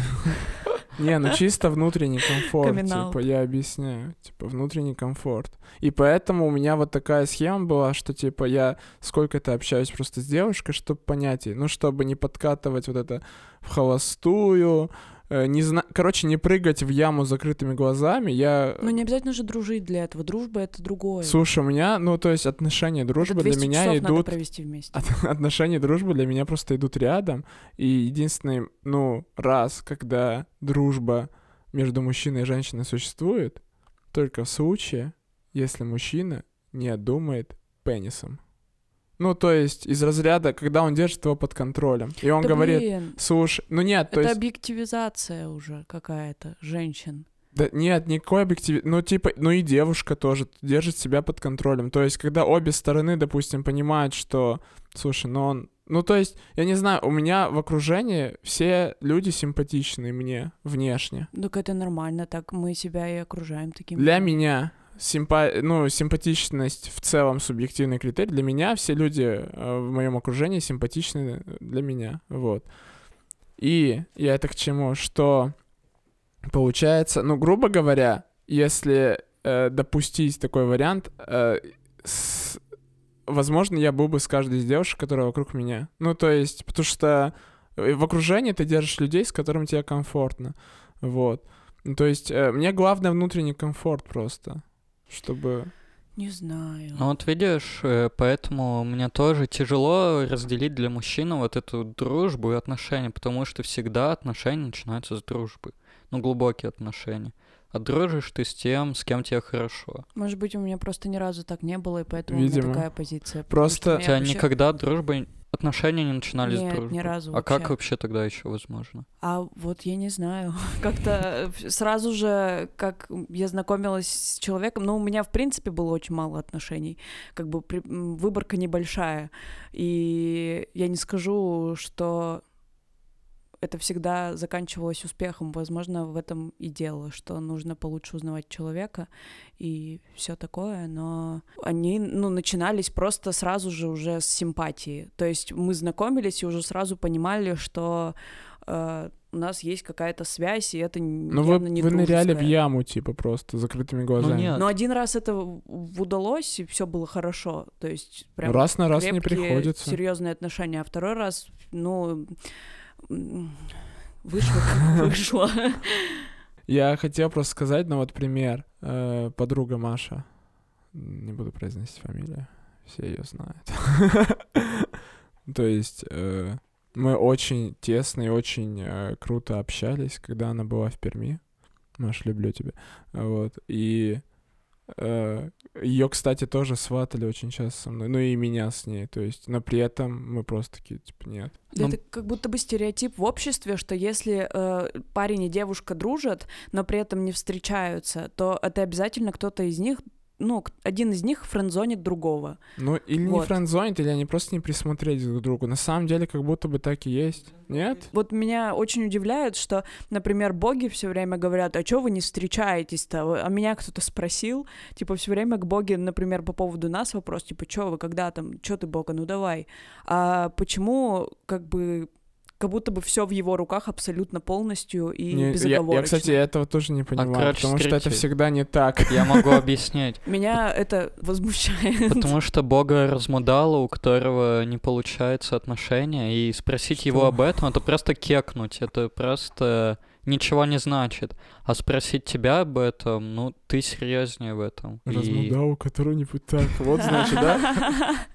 B: Не,
D: [laughs]
B: ну чисто внутренний комфорт,
D: Камин-аут.
B: типа, я объясняю, типа, внутренний комфорт. И поэтому у меня вот такая схема была, что, типа, я сколько-то общаюсь просто с девушкой, чтобы понять ей, ну, чтобы не подкатывать вот это в холостую, э, не зна... короче, не прыгать в яму с закрытыми глазами, я...
D: Ну, не обязательно же дружить для этого. Дружба — это другое.
B: Слушай, у меня, ну, то есть отношения,
D: Это
B: дружба для
D: 200
B: меня
D: часов надо
B: идут А
D: провести вместе.
B: [laughs] отношения, дружба для меня просто идут рядом. И единственный, ну, раз, когда дружба между мужчиной и женщиной существует, только в случае, если мужчина не думает пенисом. Ну, то есть из разряда, когда он держит его под контролем. И он
D: Да
B: говорит,
D: блин,
B: слушай, ну нет, то
D: это
B: есть...
D: объективизация уже какая-то женщин.
B: Да нет, никакой объектив... Ну, типа, ну и девушка тоже держит себя под контролем. То есть, когда обе стороны, допустим, понимают, что, слушай, ну он... Ну, то есть, я не знаю, у меня в окружении все люди симпатичные мне внешне.
D: Ну, это нормально, так мы себя и окружаем такими.
B: Для меня. симпа- ну, симпатичность в целом субъективный критерий. Для меня все люди э, в моем окружении симпатичны для меня. Вот. И я это к чему? Что получается, ну, грубо говоря, если э, допустить такой вариант, э, с- возможно, я был бы с каждой из девушек, которые вокруг меня. Ну, то есть, потому что э, в окружении ты держишь людей, с которыми тебе комфортно. Вот. Ну, То есть, э, мне главное внутренний комфорт просто. Чтобы.
D: Не знаю.
C: Ну вот видишь, э, поэтому мне тоже тяжело разделить для мужчины вот эту дружбу и отношения, потому что всегда отношения начинаются с дружбы. Ну, глубокие отношения. А дружишь ты с тем, с кем тебе хорошо.
D: Может быть, у меня просто ни разу так не было, и поэтому у
B: Видимо.
D: меня такая позиция. потому
B: Просто-
D: что
C: У
D: меня
C: тебя
D: вообще-
C: никогда дружбы, отношения не начинались
D: А Нет,
C: с
D: ни
C: дружбы.
D: разу
C: а как
D: вообще.
C: вообще тогда еще возможно?
D: А вот я не знаю, [laughs] как-то э, сразу же, как я знакомилась с человеком, ну, у меня, в принципе, было очень мало отношений, как бы при- м, выборка небольшая, и я не скажу, что это всегда заканчивалось успехом, возможно, в этом и дело, что нужно получше узнавать человека и все такое, но они, ну, начинались просто сразу же уже с симпатии, то есть мы знакомились и уже сразу понимали, что э, у нас есть какая-то связь, и это н-
B: Ну, вы,
D: явно не
B: вы ныряли в
D: дружеская.
B: яму, типа, просто закрытыми глазами.
C: Ну, нет.
D: Но один раз это в- удалось, и все было хорошо. То есть
B: Ну,
D: прям
B: раз на раз не
D: крепкие,
B: приходится.
D: серьезные отношения. А второй раз, ну, м, вышло
B: [laughs]
D: как вышло.
B: Я хотел просто сказать, ну вот пример. Э, подруга Маша. Не буду произносить фамилию. Все ее знают. [laughs] То есть э, мы очень тесно и очень э, круто общались, когда она была в Перми. Маша, люблю тебя. Вот. И ее, кстати, тоже сватали очень часто со мной. Ну и меня с ней. То есть, но при этом мы просто такие, типа, нет.
D: Да
C: Ну-
D: Это как будто бы стереотип в обществе, что если э, парень и девушка дружат, но при этом не встречаются, то это обязательно кто-то из них, ну, к- один из них френдзонит другого.
B: Ну, или не
D: Вот.
B: френдзонит, или они просто не присмотрелись друг к другу. На самом деле, как будто бы так и есть. Нет?
D: Вот меня очень удивляет, что, например, боги все время говорят, а чё вы не встречаетесь-то? Вы- А меня кто-то спросил, типа, все время к боге, например, по поводу нас вопрос, типа, чё вы, когда там, чё ты, бога, ну давай. А почему, как бы, как будто бы все в его руках абсолютно полностью и
B: Не, я-
D: безоговорочно.
B: Я, кстати, этого тоже не понимаю,
C: А короче,
B: потому что это
C: встречай.
B: всегда не
C: [laughs]
B: так.
C: Я могу
B: [laughs]
C: объяснить.
D: Меня это
B: Ну,
D: возмущает.
C: Потому что бога размудала, у которого не получается отношения, и спросить его
B: Что?
C: об этом, это просто кекнуть, это просто ничего не значит. А спросить тебя об этом, ну, ты серьезнее в этом. И-
B: Размудал, который не так. Вот значит, да?
D: [laughs]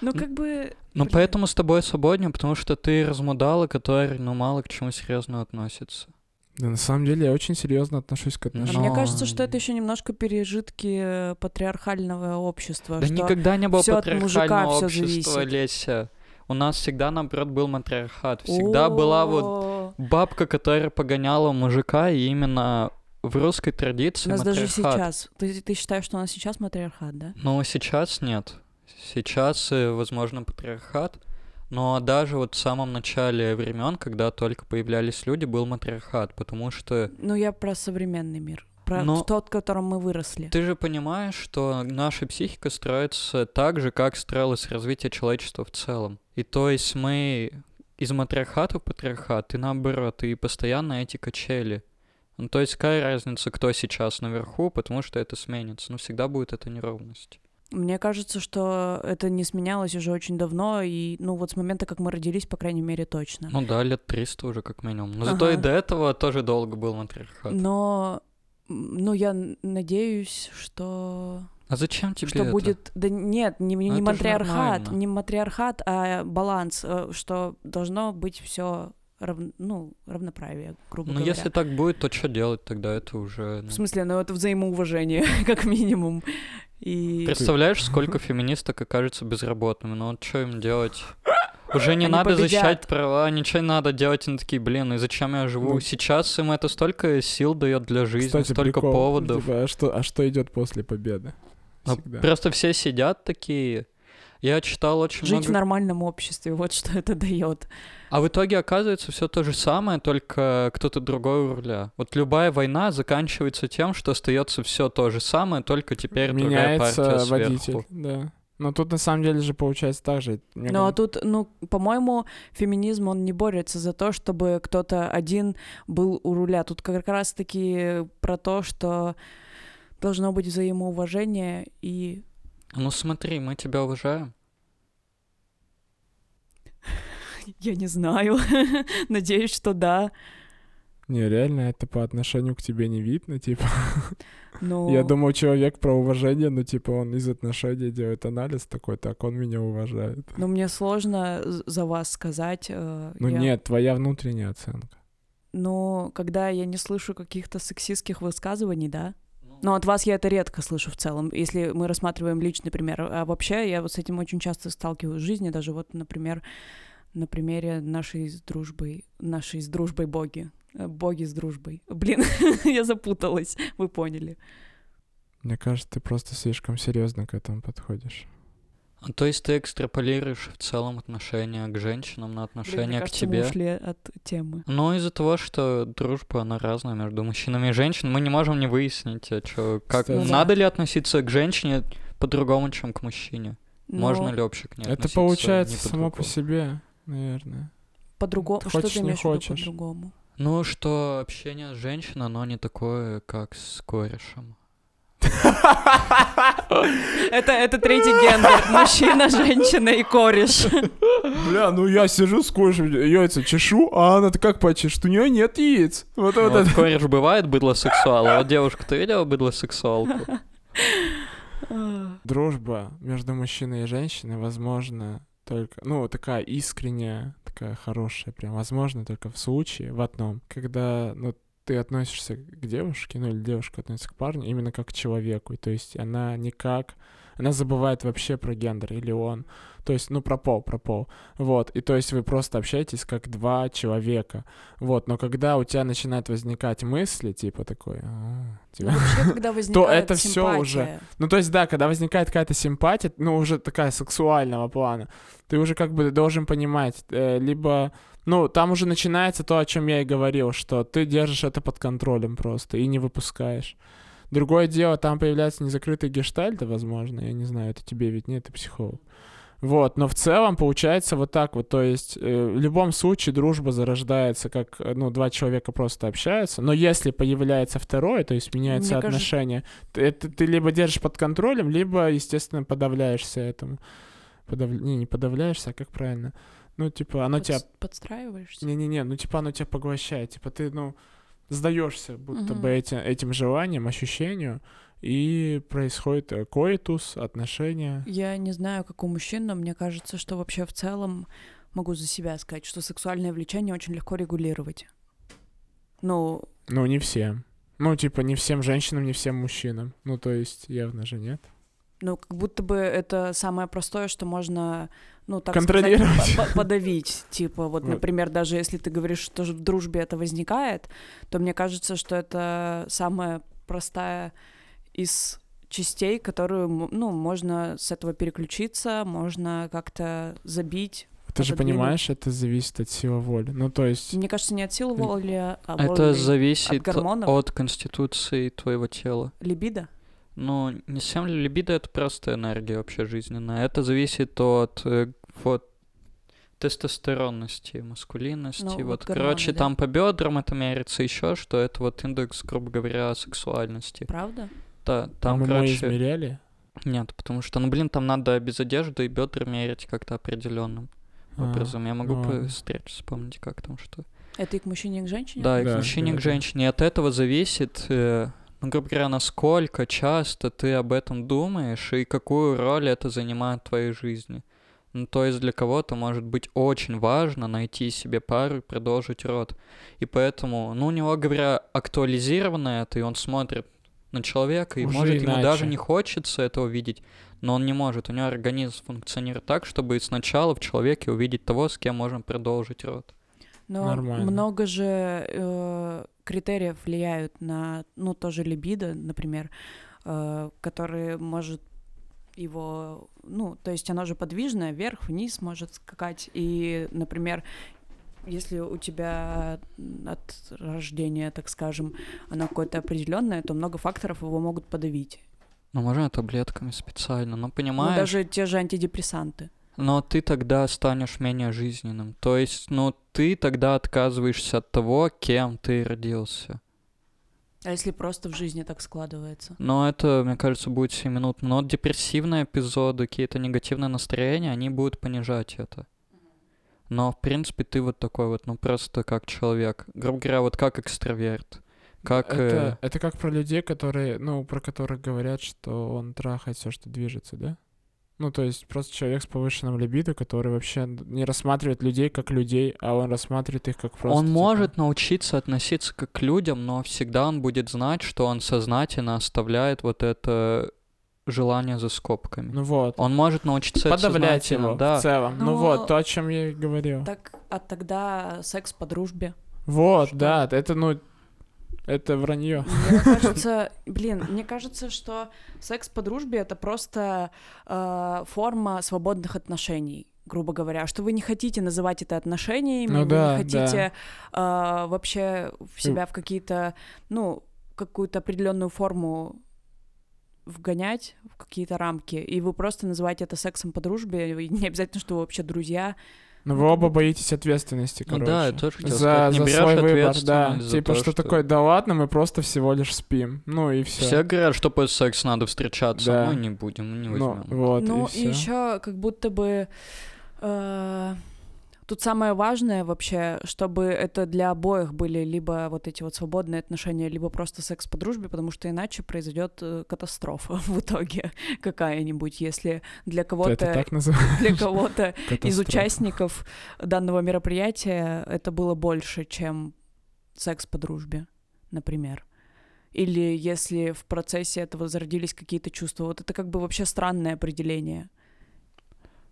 D: Ну, как бы...
C: [laughs] Ну,
D: Блин.
C: поэтому с тобой свободнее, потому что ты размудала, который, ну, мало к чему серьезно относится.
B: Да, на самом деле я очень серьезно отношусь к
D: а
C: Ну,
B: отношениям.
D: Мне кажется, что это еще немножко пережитки э, патриархального общества.
C: да
D: что...
C: никогда не было
D: всё от мужика
C: патриархального
D: всё
C: общества,
D: зависит.
C: Леся. У нас всегда, наоборот, был матриархат. Всегда была вот
D: О,
C: бабка, которая погоняла мужика, и именно в русской
D: У
C: традиции
D: нас даже
C: матриархат.
D: сейчас. Ты, ты считаешь, что у нас сейчас матриархат, да?
C: Но сейчас нет. Сейчас, э, возможно, патриархат. Но даже вот в самом начале времен, когда только появлялись люди, был матриархат, потому что
D: Ну, я про современный мир. Про
C: Но-
D: тот, в котором мы выросли.
C: Ты же понимаешь, что наша психика строится так же, как строилось развитие человечества в целом. И то есть мы из матриархата в патриархат, и наоборот, и постоянно эти качели. Ну, то есть какая разница, кто сейчас наверху, потому что это сменится. Но всегда будет эта неровность.
D: Мне кажется, что это не сменялось уже очень давно, и, ну, вот с момента, как мы родились, по крайней мере, точно.
C: Ну да, лет 300 уже как минимум. Но зато и
D: Ага.
C: до этого тоже долго был матриархат.
D: Но, м, ну, я н- надеюсь, что...
C: А зачем тебе
D: что
C: это?
D: будет... Да нет, не, не
C: Ну, это же
D: матриархат,
C: нормально.
D: не матриархат, а баланс, э, что должно быть все ну, равноправие, грубо
C: Ну
D: говоря.
C: если так будет, то что делать тогда? Это уже... ну,
D: В смысле, ну это взаимоуважение, [laughs] как минимум. И
C: Представляешь, сколько феминисток окажется безработными? Ну вот что им делать? Уже не
D: Они
C: надо
D: победят.
C: защищать права, ничего не надо делать. Они такие, блин, и зачем я живу?
B: Ну.
C: Сейчас им это столько сил дает для жизни,
B: Кстати,
C: столько
B: прикол,
C: поводов.
B: типа, а что, а что идет после победы?
C: Но
B: Всегда.
C: Просто все сидят такие. Я читал очень
D: Жить в
C: много...
D: нормальном обществе, вот что это дает.
C: А в итоге оказывается все то же самое, только кто-то другой у руля. Вот любая война заканчивается тем, что остается все то же самое, только теперь другая
B: Меняется
C: партия
B: водитель,
C: сверху.
B: да. Но тут на самом деле же получается так же. Мне
D: Ну а
B: кажется,
D: тут, ну, по-моему, феминизм, он не борется за то, чтобы кто-то один был у руля. Тут как раз-таки про то, что должно быть взаимоуважение и...
C: Ну смотри, мы тебя уважаем.
D: Я не знаю. [laughs] Надеюсь, что да.
B: Не, реально, это по отношению к тебе не видно, типа.
D: Но...
B: Я думал, человек про уважение, но типа он из отношений делает анализ такой, так он меня уважает.
D: Но мне сложно з- за вас сказать. э,
B: Ну
D: я-
B: нет, твоя внутренняя оценка.
D: Но когда я не слышу каких-то сексистских высказываний, да? Но от вас я это редко слышу в целом, если мы рассматриваем личный пример. А вообще я вот с этим очень часто сталкиваюсь в жизни, даже вот, например, на примере нашей с дружбой, нашей с дружбой боги. Э, Боги с дружбой. Блин, [laughs] я запуталась, вы поняли.
B: Мне кажется, ты просто слишком серьезно к этому подходишь.
C: А То есть ты экстраполируешь в целом отношение к женщинам на
D: Блин,
C: отношение
D: мне
C: к
D: кажется, мы
C: тебе.
D: ушли от темы.
C: Но из-за того, что дружба, она разная между мужчинами и женщинами, мы не можем не выяснить, а чё, как
B: Кстати.
C: надо ли относиться к женщине по-другому, чем к мужчине.
D: Но
C: Можно ли вообще к ней
B: это
C: относиться
B: получается
C: не
B: само по
C: по-другому?
B: себе, наверное.
D: по-другому.
B: Ты
D: Что
B: хочешь,
D: ты
B: не
D: имеешь в виду
B: хочешь.
D: по-другому?
C: Ну, что общение с женщиной, оно не такое, как с корешем.
D: [laughs] Это, это третий гендер. Мужчина, [laughs] женщина и кореш. [laughs]
B: Бля, ну я сижу с кожей, яйца чешу, а она-то как почешет? У нее нет яиц. Вот,
C: Ну,
B: вот
C: Вот
B: это.
C: кореш бывает быдлосексуал, а вот девушку ты видела быдлосексуалку?
B: Дружба между мужчиной и женщиной, возможно, только, ну, такая искренняя, такая хорошая, прям, возможно, только в случае, в одном, когда, ну, ты относишься к девушке, ну, или девушка относится к парню именно как к человеку, и то есть она никак, она забывает вообще про гендер, или он, то есть, ну, про пол, про пол, вот, и то есть вы просто общаетесь как два человека, вот, но когда у тебя начинают возникать мысли, типа такой, «А,
D: Ну,
B: типа, [laughs]
D: вообще, когда возникает
B: это всё
D: симпатия,
B: уже. ну, то есть, да, когда возникает какая-то симпатия, ну, уже такая сексуального плана, ты уже как бы должен понимать, э, либо, ну, там уже начинается то, о чем я и говорил, что ты держишь это под контролем просто и не выпускаешь. Другое дело, там появляются незакрытые гештальты, возможно, я не знаю, это тебе ведь нет, ты психолог. Вот, но в целом получается вот так вот, то есть э, в любом случае дружба зарождается, как, э, ну, два человека просто общаются, но если появляется второе, то есть меняются
D: Мне кажется-
B: отношения, т- это ты либо держишь под контролем, либо, естественно, подавляешься этому. Подав- Не, не подавляешься, а как правильно? Ну, типа, оно
D: Подс-
B: тебя
D: Подстраиваешься?
B: не-не-не, ну типа оно тебя поглощает, типа ты, ну, сдаешься будто бы
D: Мгм.
B: эти- этим желанием, ощущению, и происходит э, коитус, отношения.
D: Я не знаю, как у мужчин, но мне кажется, что вообще в целом могу за себя сказать, что сексуальное влечение очень легко регулировать. Ну,
B: Ну, не всем. Ну, типа, не всем женщинам, не всем мужчинам. Ну, то есть, явно же нет.
D: ну, как будто бы это самое простое, что можно, ну, так
B: Контролировать.
C: [laughs]
D: сказать, по- подавить. Типа, вот,
B: Вот.
D: например, даже если ты говоришь, что же в дружбе это возникает, то мне кажется, что это самая простая из частей, которую, м- ну, можно с этого переключиться, можно как-то забить.
B: [laughs] Ты же
D: Отодвинуть.
B: понимаешь, это зависит от силы воли. Ну, то есть,
D: Мне кажется, не от силы
B: Либ-
D: воли, а
C: Это
D: воли- от
C: зависит
D: гормонов?
C: от конституции твоего тела.
D: либидо.
C: Ну, не совсем ли либидо это просто энергия вообще жизненная. Это зависит от э, вот тестостеронности, маскулинности.
D: Ну,
C: вот,
D: вот
C: короче,
D: гормоны, да.
C: там по бедрам это мерится еще, что это вот индекс, грубо говоря, сексуальности.
D: Правда?
C: Да,
B: там
C: там,
B: мы
C: короче,
B: измеряли.
C: нет, потому что, ну, блин, там надо без одежды и бедра мерить как-то определенным
B: а,
C: образом. Я могу
B: ну
C: по
B: ладно.
C: встрече вспомнить, как там что.
D: Это и к мужчине, и к женщине?
C: Да, и
B: Да,
C: к мужчине, и
B: да,
C: к
B: да.
C: женщине. И от этого зависит, э, ну, грубо говоря, насколько часто ты об этом думаешь и какую роль это занимает в твоей жизни. Ну, то есть для кого-то может быть очень важно найти себе пару и продолжить род. И поэтому, ну, у него, говоря, актуализировано это, и он смотрит на человека, и
B: Уже
C: может ему даже
B: иначе.
C: не хочется этого видеть, но он не может. У него организм функционирует так, чтобы сначала в человеке увидеть того, с кем можно продолжить род.
D: Но
B: Нормально.
D: много же э, критериев влияют на, ну, тоже либидо, например, э, который может его, ну, то есть оно же подвижное, вверх-вниз может скакать, и, например, если у тебя от рождения, так скажем, оно какое-то определенное, то много факторов его могут подавить.
C: Ну, можно таблетками специально, но
D: Ну,
C: понимаешь...
D: даже те же антидепрессанты.
C: Но ты тогда станешь менее жизненным. То есть, ну, ты тогда отказываешься от того, кем ты родился.
D: А если просто в жизни так складывается?
C: Но это, мне кажется, будет 7 минут. Но вот депрессивные эпизоды, какие-то негативные настроения, они будут понижать это. Но, в принципе, ты вот такой вот, ну, просто как человек. Грубо говоря, вот как экстраверт. Как...
B: Это,
C: э,
B: это как про людей, которые, ну, про которых говорят, что он трахает все, что движется, да? Ну, то есть просто человек с повышенным либидо, который вообще не рассматривает людей как людей, а он рассматривает их как просто...
C: он
B: типа,
C: может научиться относиться как к людям, но всегда он будет знать, что он сознательно оставляет вот это желание за скобками.
B: Ну вот.
C: Он может научиться это
B: Подавлять
C: сознательно,
B: его
C: да.
B: в целом. Ну
D: Но-
B: вот, то, о чем я и говорил.
D: Так, а тогда секс по дружбе?
B: Вот,
D: Что?
B: да, это, ну, это вранье.
D: Мне кажется, блин, мне кажется, что секс по дружбе это просто э, форма свободных отношений, грубо говоря, что вы не хотите называть это отношениями,
B: Ну
D: вы
B: да,
D: не хотите э, вообще в себя в какие-то, ну, какую-то определенную форму вгонять в какие-то рамки, и вы просто называете это сексом по дружбе, и не обязательно, что вы вообще друзья.
B: Но вы оба боитесь ответственности,
C: Ну
B: короче.
C: да, я тоже хотел
B: за,
C: сказать, не
B: за
C: берешь
B: свой выбор, да.
C: ответственность за
B: типа,
C: то,
B: что,
C: что-
B: такое, да ладно, мы просто всего лишь спим. Ну и все.
C: Все говорят, что после секса надо встречаться.
B: Да.
C: Мы не будем, мы не
B: ну,
C: возьмем.
B: вот,
D: ну
B: и все.
D: еще как будто бы э, тут самое важное вообще, чтобы это для обоих были либо вот эти вот свободные отношения, либо просто секс по дружбе, потому что иначе произойдет э, катастрофа [laughs] в итоге какая-нибудь, если для
B: это
D: кого-то
B: так называется.
D: [laughs] для кого-то из
B: [laughs] Катастрофа.
D: участников данного мероприятия это было больше, чем секс по дружбе, например. Или если в процессе этого зародились какие-то чувства. Вот это как бы вообще странное определение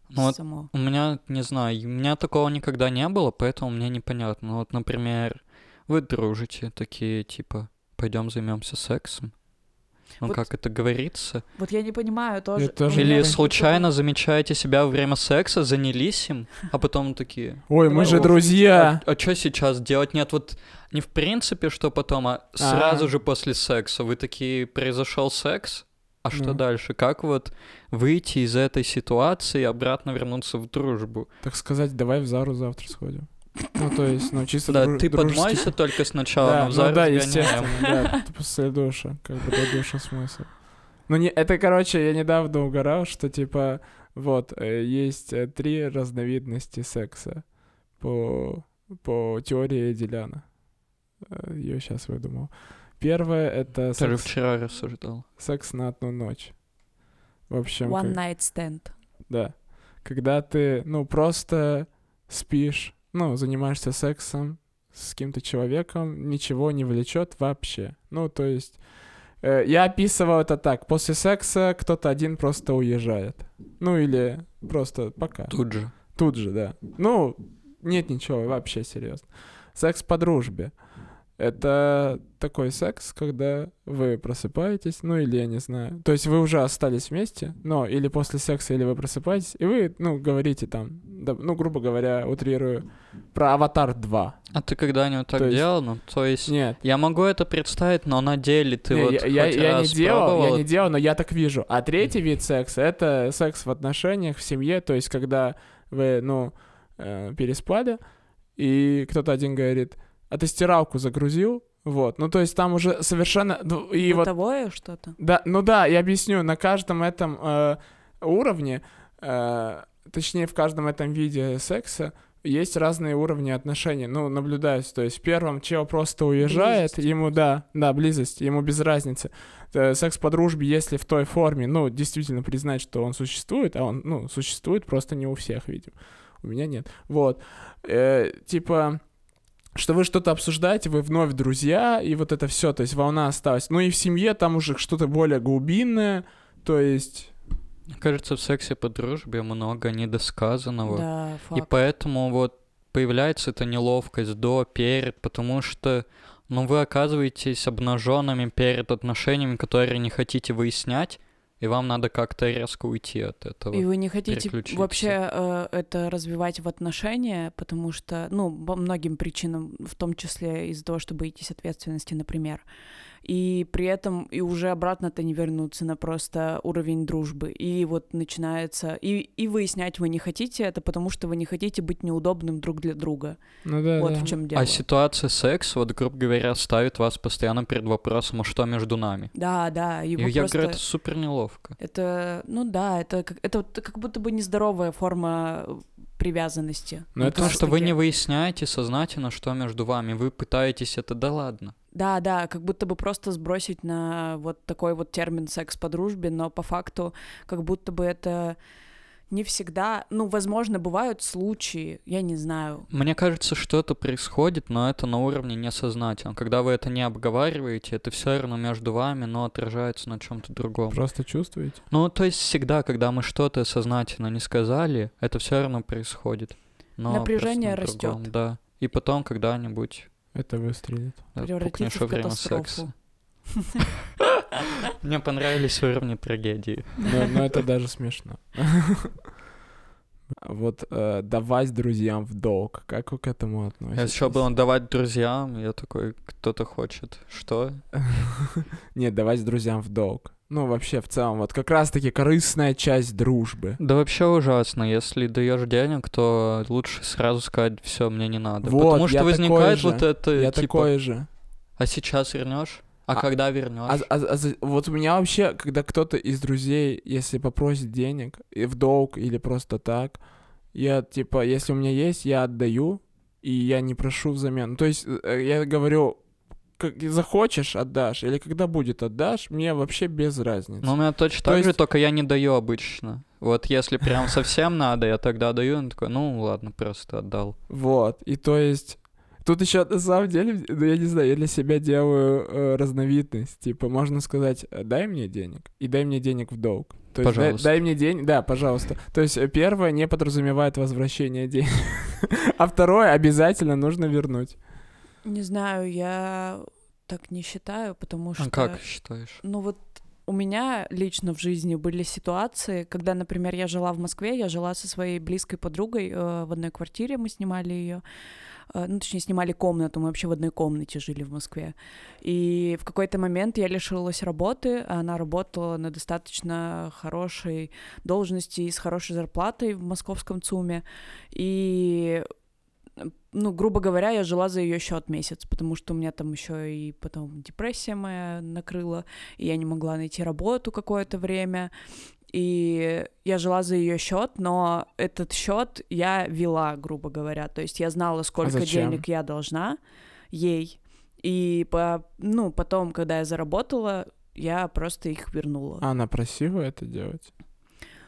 C: Ну вот
D: само.
C: у меня, не знаю, у меня такого никогда не было, поэтому мне непонятно. Ну Вот, например, вы дружите, такие типа, пойдем займемся сексом. Ну,
D: Вот-
C: как это говорится.
D: Вот я не понимаю тоже.
B: тоже
D: у меня
C: Или
B: понимаю.
D: вот
C: случайно замечаете себя во время секса, занялись им, а потом такие,
B: Ой, мы же
C: О,
B: друзья.
C: А, что сейчас делать? Нет, вот не в принципе, что потом, а сразу же после секса. Вы такие, произошел секс, а что
B: Ну.
C: дальше? Как вот выйти из этой ситуации и обратно вернуться в дружбу?
B: Так сказать, давай в Зару завтра сходим. Ну, то есть, ну, чисто
C: да,
B: дру-
C: ты
B: дружески.
C: подмойся только сначала,
B: Да,
C: но в
B: ну
C: зале
B: да,
C: тебя не
B: естественно,
C: ем.
B: да, [laughs] т- после душа, как бы до душа смысл. Ну, не, это, короче, я недавно угорал, что, типа, вот, э, есть э, три разновидности секса по, по теории Эделяна. Ее сейчас выдумал. Первое — это
C: Ты же
B: секс,
C: вчера рассуждал.
B: секс на одну ночь. В общем, как-
D: One night stand.
B: да. Когда ты, ну, просто спишь, ну, занимаешься сексом с каким-то человеком, ничего не влечет вообще. Ну, то есть, э, я описывал это так. После секса кто-то один просто уезжает. Ну, или просто пока.
C: Тут же.
B: Тут же, да. Ну, нет ничего, вообще серьезно. Секс по дружбе. Это такой секс, когда вы просыпаетесь, ну или я не знаю. То есть вы уже остались вместе, но или после секса, или вы просыпаетесь, и вы, ну, говорите там, да, ну, грубо говоря, утрирую, про «Аватар 2».
C: А ты когда-нибудь так
B: То есть-
C: делал? Ну, то есть...
B: Нет,
C: Я могу это представить, но на деле ты
B: Не,
C: вот
B: я, я-
C: хоть
B: я не
C: раз
B: делал, я
C: пробовал
B: не делал, но я так вижу. А третий вид секса — это секс в отношениях, в семье, то есть когда вы, ну, э, переспали, и кто-то один говорит, а ты стиралку загрузил? Вот, ну то есть там уже совершенно... ну, и вот
D: Бытовое что-то.
B: да, ну да, я объясню. На каждом этом э, уровне, э, точнее, в каждом этом виде секса есть разные уровни отношений. Ну, наблюдаются. То есть в первом чел просто уезжает,
D: Близость.
B: ему, да, да, близость, ему без разницы. Э, Секс по дружбе, если в той форме, ну, действительно признать, что он существует, а он, ну, существует просто не у всех, видимо. У меня нет. Вот. Э, типа что вы что-то обсуждаете, вы вновь друзья, и вот это все, то есть волна осталась. Ну и в семье там уже что-то более глубинное, то есть...
C: Мне кажется, в сексе по дружбе много недосказанного.
D: Да,
C: Ну И
D: факт.
C: поэтому вот появляется эта неловкость до, перед, потому что ну, вы оказываетесь обнаженными перед отношениями, которые не хотите выяснять, и вам надо как-то резко уйти от этого.
D: И вы не хотите
C: переключиться.
D: вообще э, это развивать в отношения, потому что, ну, по многим причинам, в том числе из-за того, что боитесь ответственности, например. И при этом и уже обратно-то не вернуться на просто уровень дружбы. И вот начинается... И, и выяснять вы не хотите это, потому что вы не хотите быть неудобным друг для друга.
B: Ну да,
D: вот
B: да.
D: в чем дело.
C: А ситуация секс, вот, грубо говоря, ставит вас постоянно перед вопросом, а что между нами?
D: Да, да,
C: И
D: его
C: я
D: просто...
C: говорю, это супер неловко.
D: Это, ну да, это как, это вот как будто бы нездоровая форма привязанности.
B: Но
D: Ну,
B: это
C: Потому что вы
D: таки-
C: не выясняете сознательно, что между вами. Вы пытаетесь это, да ладно.
D: Да, да, как будто бы просто сбросить на вот такой вот термин секс по дружбе, но по факту как будто бы это не всегда, ну, возможно, бывают случаи, я не знаю.
C: Мне кажется, что это происходит, но это на уровне несознательно. Когда вы это не обговариваете, это все равно между вами, но отражается на чем-то другом.
B: Просто чувствуете?
C: Ну, то есть всегда, когда мы что-то сознательно не сказали, это все равно происходит. Но просто
D: Напряжение
C: на другом,
D: растёт.
C: Да. И потом когда-нибудь
B: Это
D: [laughs]
B: выстрелит.
C: э,
D: Превратится
C: пукнешь во
D: в
C: время
D: катастрофу. [laughs]
C: секса. Мне понравились уровни трагедии.
B: Но, но это даже смешно. [laughs] Вот э, давать друзьям в долг. Как вы к этому
C: Это
B: относитесь?
C: еще было давать друзьям, я такой, кто-то хочет. Что?
B: Нет, давать друзьям в долг. Ну, вообще, в целом, вот как раз-таки корыстная часть дружбы.
C: Да вообще ужасно, если даешь денег, то лучше сразу сказать, все, мне не надо.
B: Вот,
C: Потому что
B: я такой
C: возникает
B: же.
C: вот это,
B: Я
C: типа,
B: такое же.
C: а сейчас вернешь? А,
B: А-
C: когда
B: А-
C: вернешь?
B: а- а за- вот у меня вообще, когда кто-то из друзей, если попросит денег, и в долг или просто так, я типа, если у меня есть, я отдаю, и я не прошу взамен. Ну, То есть э, я говорю, как захочешь, отдашь, или когда будет, отдашь, мне вообще без разницы.
C: Ну, у меня точно
B: То
C: так же,
B: есть-
C: только я не даю обычно. Вот если
B: [laughs]
C: прям совсем надо, я тогда даю, он такой, ну ладно, просто отдал.
B: Вот, и то есть... Тут еще на самом деле, ну я не знаю, я для себя делаю э, разновидность. Типа, можно сказать, э, дай мне денег и дай мне денег в долг. То есть, дай-
C: Пожалуйста.
B: Дай, мне денег, да, пожалуйста. То есть, э, первое не подразумевает возвращение [laughs] денег, а второе обязательно нужно вернуть.
D: [laughs] Не знаю, я так не считаю, потому что...
C: А как считаешь?
D: Ну вот у меня лично в жизни были ситуации, когда, например, я жила в Москве, я жила со своей близкой подругой э, в одной квартире, мы снимали ее, ну точнее снимали комнату, мы вообще в одной комнате жили в Москве. И в какой-то момент я лишилась работы, а она работала на достаточно хорошей должности и с хорошей зарплатой в московском ЦУМе. И э, ну, грубо говоря, я жила за ее счет месяц, потому что у меня там еще и потом депрессия моя накрыла, и я не могла найти работу какое-то время. И я жила за ее счет, но этот счет я вела, грубо говоря. То есть я знала, сколько
B: зачем?
D: денег я должна ей. И по, ну, потом, когда я заработала, я просто их вернула.
B: А она просила это делать?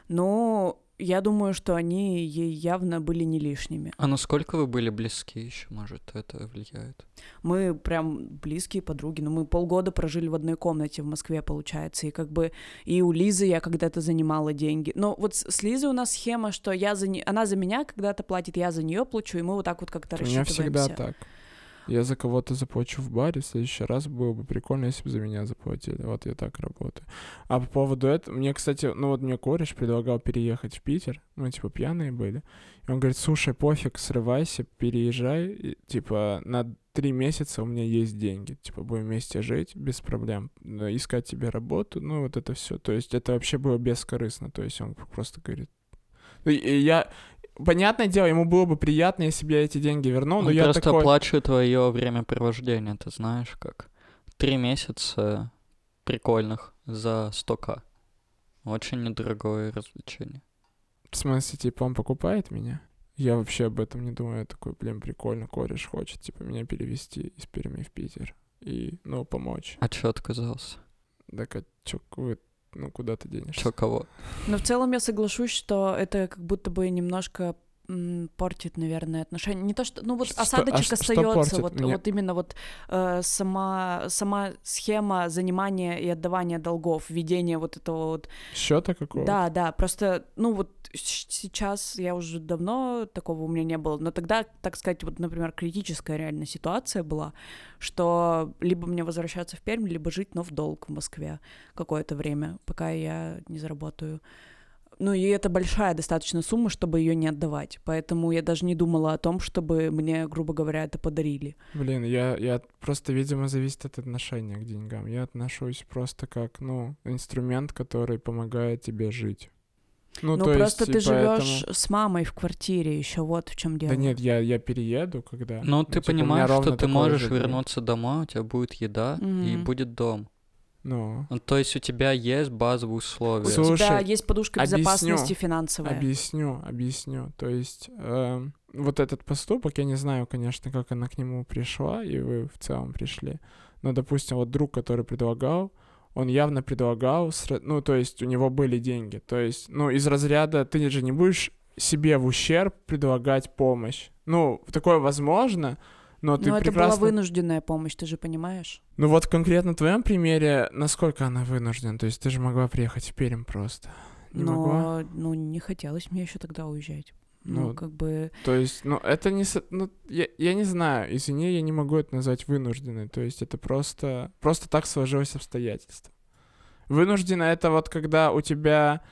D: Но Ну, я думаю, что они ей явно были не лишними.
C: А насколько вы были близки еще, может, это влияет?
D: Мы прям близкие подруги, но мы полгода прожили в одной комнате в Москве, получается, и как бы и у Лизы я когда-то занимала деньги. Но вот с с Лизой у нас схема, что я за не... она за меня когда-то платит, я за нее плачу, и мы вот так вот как-то
B: У меня
D: рассчитываемся.
B: всегда так. Я за кого-то заплачу в баре, в следующий раз было бы прикольно, если бы за меня заплатили. Вот я так работаю. А по поводу этого, мне, кстати, ну вот мне кореш предлагал переехать в Питер, мы типа пьяные были. И он говорит, слушай, пофиг, срывайся, переезжай, и, типа на три месяца у меня есть деньги, типа будем вместе жить без проблем, Но искать тебе работу, ну вот это все. То есть это вообще было бескорыстно, то есть он просто говорит. Ну, и- и я Понятное дело, ему было бы приятно, если бы я эти деньги вернул, но
C: Он
B: Ну, я
C: просто
B: такой...
C: оплачивает твое времяпровождение, ты знаешь как? Три месяца прикольных за 100к. Очень недорогое развлечение.
B: В смысле, типа, он покупает меня? Я вообще об этом не думаю. Я такой, блин, прикольно, кореш хочет, типа, меня перевести из Перми в Питер. И, ну, помочь.
C: А чё отказался?
B: Так, а чё, вы, ну, куда ты денешься?
C: Чё кого?
D: Но в целом я соглашусь, что это как будто бы немножко м, портит, наверное, отношения. Не то, что... Ну вот
B: Что-
D: осадочек
B: а ш- что
D: остается,
B: портит?
D: вот,
B: Мне-
D: вот именно вот э, сама, сама схема занимания и отдавания долгов, введение вот этого вот
B: Счета какого?
D: да, да, просто, ну вот щ- сейчас я уже давно такого у меня не было, но тогда, так сказать, вот, например, критическая реально ситуация была, что либо мне возвращаться в Пермь, либо жить, но в долг в Москве какое-то время, пока я не заработаю. Ну и это большая достаточно сумма, чтобы ее не отдавать, поэтому я даже не думала о том, чтобы мне, грубо говоря, это подарили.
B: Блин, я, я просто, видимо, зависит от отношения к деньгам. Я отношусь просто как, ну, инструмент, который помогает тебе жить. Ну,
D: Ну,
B: то
D: просто
B: есть, и
D: ты живешь
B: поэтому-
D: с мамой в квартире еще, вот в чем дело.
B: Да нет, я, я перееду, когда...
C: Ну, ты
B: типа, у меня
C: понимаешь,
B: ровно
C: что ты
B: такое
C: можешь
B: же будет.
C: вернуться домой, у тебя будет еда и
D: Мгм.
C: будет дом.
B: Ну,
C: Ну, То есть у тебя есть базовые условия.
D: У
B: Слушай,
D: тебя есть подушка
B: объясню.
D: безопасности финансовая.
B: Объясню, объясню. То есть эм, вот этот поступок, я не знаю, конечно, как она к нему пришла, и вы в целом пришли. Но, допустим, вот друг, который предлагал, он явно предлагал, сра- ну, то есть у него были деньги. То есть, ну, из разряда ты же не будешь себе в ущерб предлагать помощь. Ну, такое возможно, но ты
D: Но это
B: прекрасно...
D: была вынужденная помощь, ты же понимаешь?
B: Ну вот конкретно в твоем примере, насколько она вынуждена? То есть ты же могла приехать в Пермь просто. Не
D: Но
B: могла?
D: ну не хотелось мне еще тогда уезжать. Ну,
B: Ну,
D: как бы.
B: То есть, ну, это не... со- Ну, я, я не знаю, извини, я не могу это назвать вынужденной. То есть это просто... Просто так сложилось обстоятельство. Вынужденно это вот когда у тебя,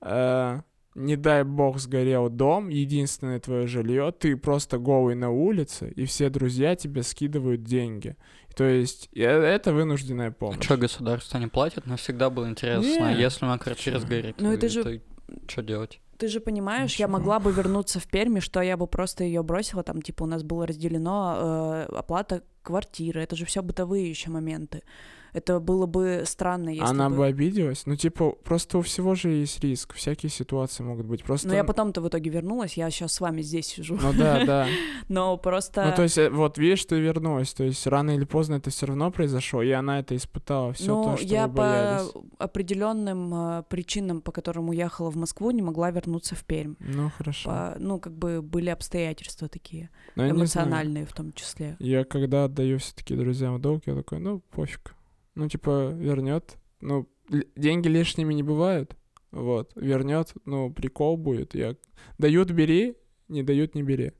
B: э, не дай бог, сгорел дом, единственное твое жилье, ты просто голый на улице, и все друзья тебе скидывают деньги. То есть э, это вынужденная помощь.
C: Что, А государство не платит? Нам всегда было интересно, а
B: Не.
C: если моя квартира
B: Чё?
C: сгорит,
D: Ну, это же-
C: Что делать?
D: Ты же понимаешь, я
B: Ничего.
D: могла бы вернуться в Перми, что я бы просто ее бросила. Там, типа, у нас было разделено э, оплата квартиры. Это же все бытовые еще моменты. Это было бы странно, если
B: Она
D: бы.
B: бы обиделась? Ну, типа, просто у всего же есть риск, всякие ситуации могут быть. Просто...
D: Но Ну, я потом-то в итоге вернулась, я сейчас с вами здесь сижу. [laughs]
B: Ну да, да.
D: Но просто.
B: Ну, то есть, э, вот видишь, ты вернулась. То есть, рано или поздно это все равно произошло, и она это испытала, все
D: ну,
B: то, что
D: я
B: вы боялись.
D: по определенным э, причинам, по которым уехала в Москву, не могла вернуться в Пермь.
B: Ну, хорошо.
D: По- ну, как бы были обстоятельства такие,
B: Но я не знаю.
D: эмоциональные в том числе.
B: Я когда отдаю все-таки друзьям в долг, я такой, ну, пофиг. Ну, типа, вернет. Ну, л- деньги лишними не бывают. Вот. Вернет, ну, прикол будет. Я... Дают, бери, не дают, не бери.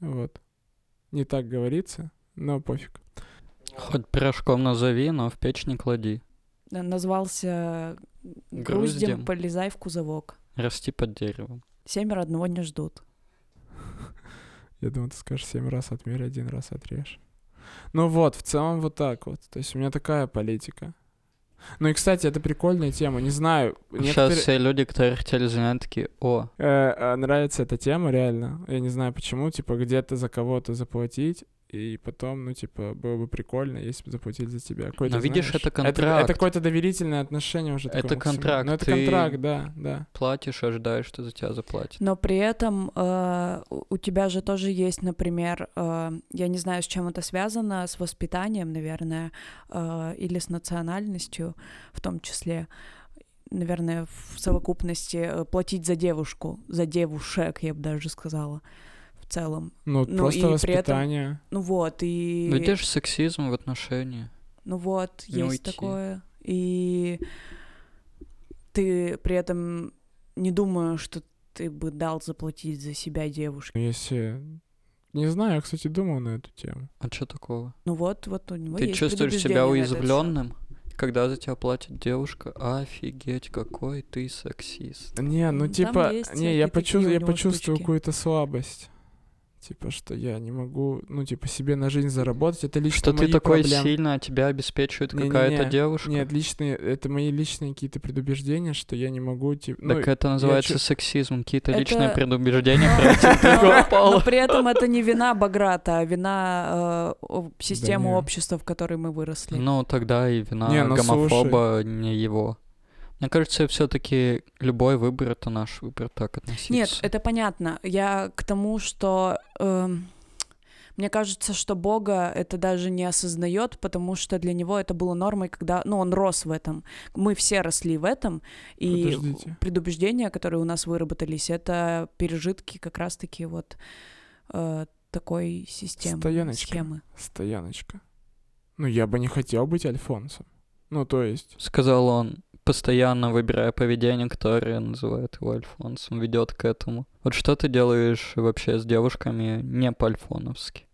B: Вот. Не так говорится, но пофиг.
C: Хоть пирожком назови, но в печь не клади.
D: Э, Назвался «Груздем,
C: Груздем.
D: полезай в кузовок».
C: Расти под деревом.
D: Семеро одного не ждут.
B: Я думаю, ты скажешь семь раз отмерь, один раз отрежь. Ну вот, в целом вот так вот. То есть у меня такая политика. Ну и, кстати, это прикольная тема. Не знаю,
C: Сейчас
B: некоторые-
C: все люди, которые хотели занять, такие, о,
B: Э, э, нравится эта тема, реально. Я не знаю почему, типа, где-то за кого-то заплатить, и потом, ну, типа, было бы прикольно, если бы заплатили за тебя. Какой-то,
C: Но видишь,
B: знаешь,
C: это
B: Это,
C: контракт.
B: какое-то доверительное отношение уже. такое
C: Это
B: максимально.
C: контракт,
B: Ну, это
C: ты-
B: контракт, да, да.
C: платишь, а ожидаешь, что за тебя заплатят.
D: Но при этом э, у у тебя же тоже есть, например, э, я не знаю, с чем это связано, с воспитанием, наверное, э, или с национальностью в том числе. Наверное, в совокупности э, платить за девушку, за девушек, я бы даже сказала, в целом.
B: Ну,
D: Ну, и
B: просто
D: при этом-
B: воспитание.
D: Ну вот, и...
C: Видишь сексизм в отношении?
D: Ну вот,
C: Не
D: есть
C: уйти.
D: такое. И ты при этом не думаю, что ты бы дал заплатить за себя девушке.
B: Если... Не знаю, я, кстати, думал на эту тему.
C: А что такого?
D: Ну вот, вот у него
C: Ты
D: есть
C: чувствуешь себя
D: предубеждение на этот счет.
C: уязвленным, когда за тебя платит девушка? Офигеть, какой ты сексист.
B: Не, ну,
D: Там
B: типа...
D: есть
B: Не, я,
D: всякие
B: почу-
D: такие у
B: я
D: него
B: почувствую
D: штучки.
B: какую-то слабость. Типа, что я не могу, ну, типа, себе на жизнь заработать. Это лично
C: Что ты
B: мои
C: такой
B: проблемы.
C: сильно, а тебя обеспечивает
B: Не-не-не,
C: какая-то девушка?
B: Нет, личные, это мои личные какие-то предубеждения, что я не могу, типа, ну,
C: так а это называется
B: чу-
C: сексизм, какие-то
D: Это-
C: личные предубеждения
B: [laughs]
D: Но- [laughs]
C: против
D: но-
C: другого
D: Но
C: пола.
D: при этом это не вина Баграта, а вина э, о- системы
B: не.
D: общества, в которой мы выросли.
C: Ну, тогда и вина
B: Не, ну,
C: гомофоба не его. Мне кажется, все-таки любой выбор это наш выбор так относиться.
D: Нет, это понятно. Я к тому, что эм, Мне кажется, что Бога это даже не осознает, потому что для него это было нормой, когда, ну, он рос в этом. Мы все росли в этом, и
B: Подождите.
D: предубеждения, которые у нас выработались, это пережитки как раз-таки вот э, такой системы,
B: Стояночка.
D: схемы.
B: Стояночка. Ну, я бы не хотел быть Альфонсом. Ну, то есть,
C: Сказал он, постоянно выбирая поведение, которое называет его Альфонсом, ведет к этому. Вот что ты делаешь вообще с девушками не по-альфоновски?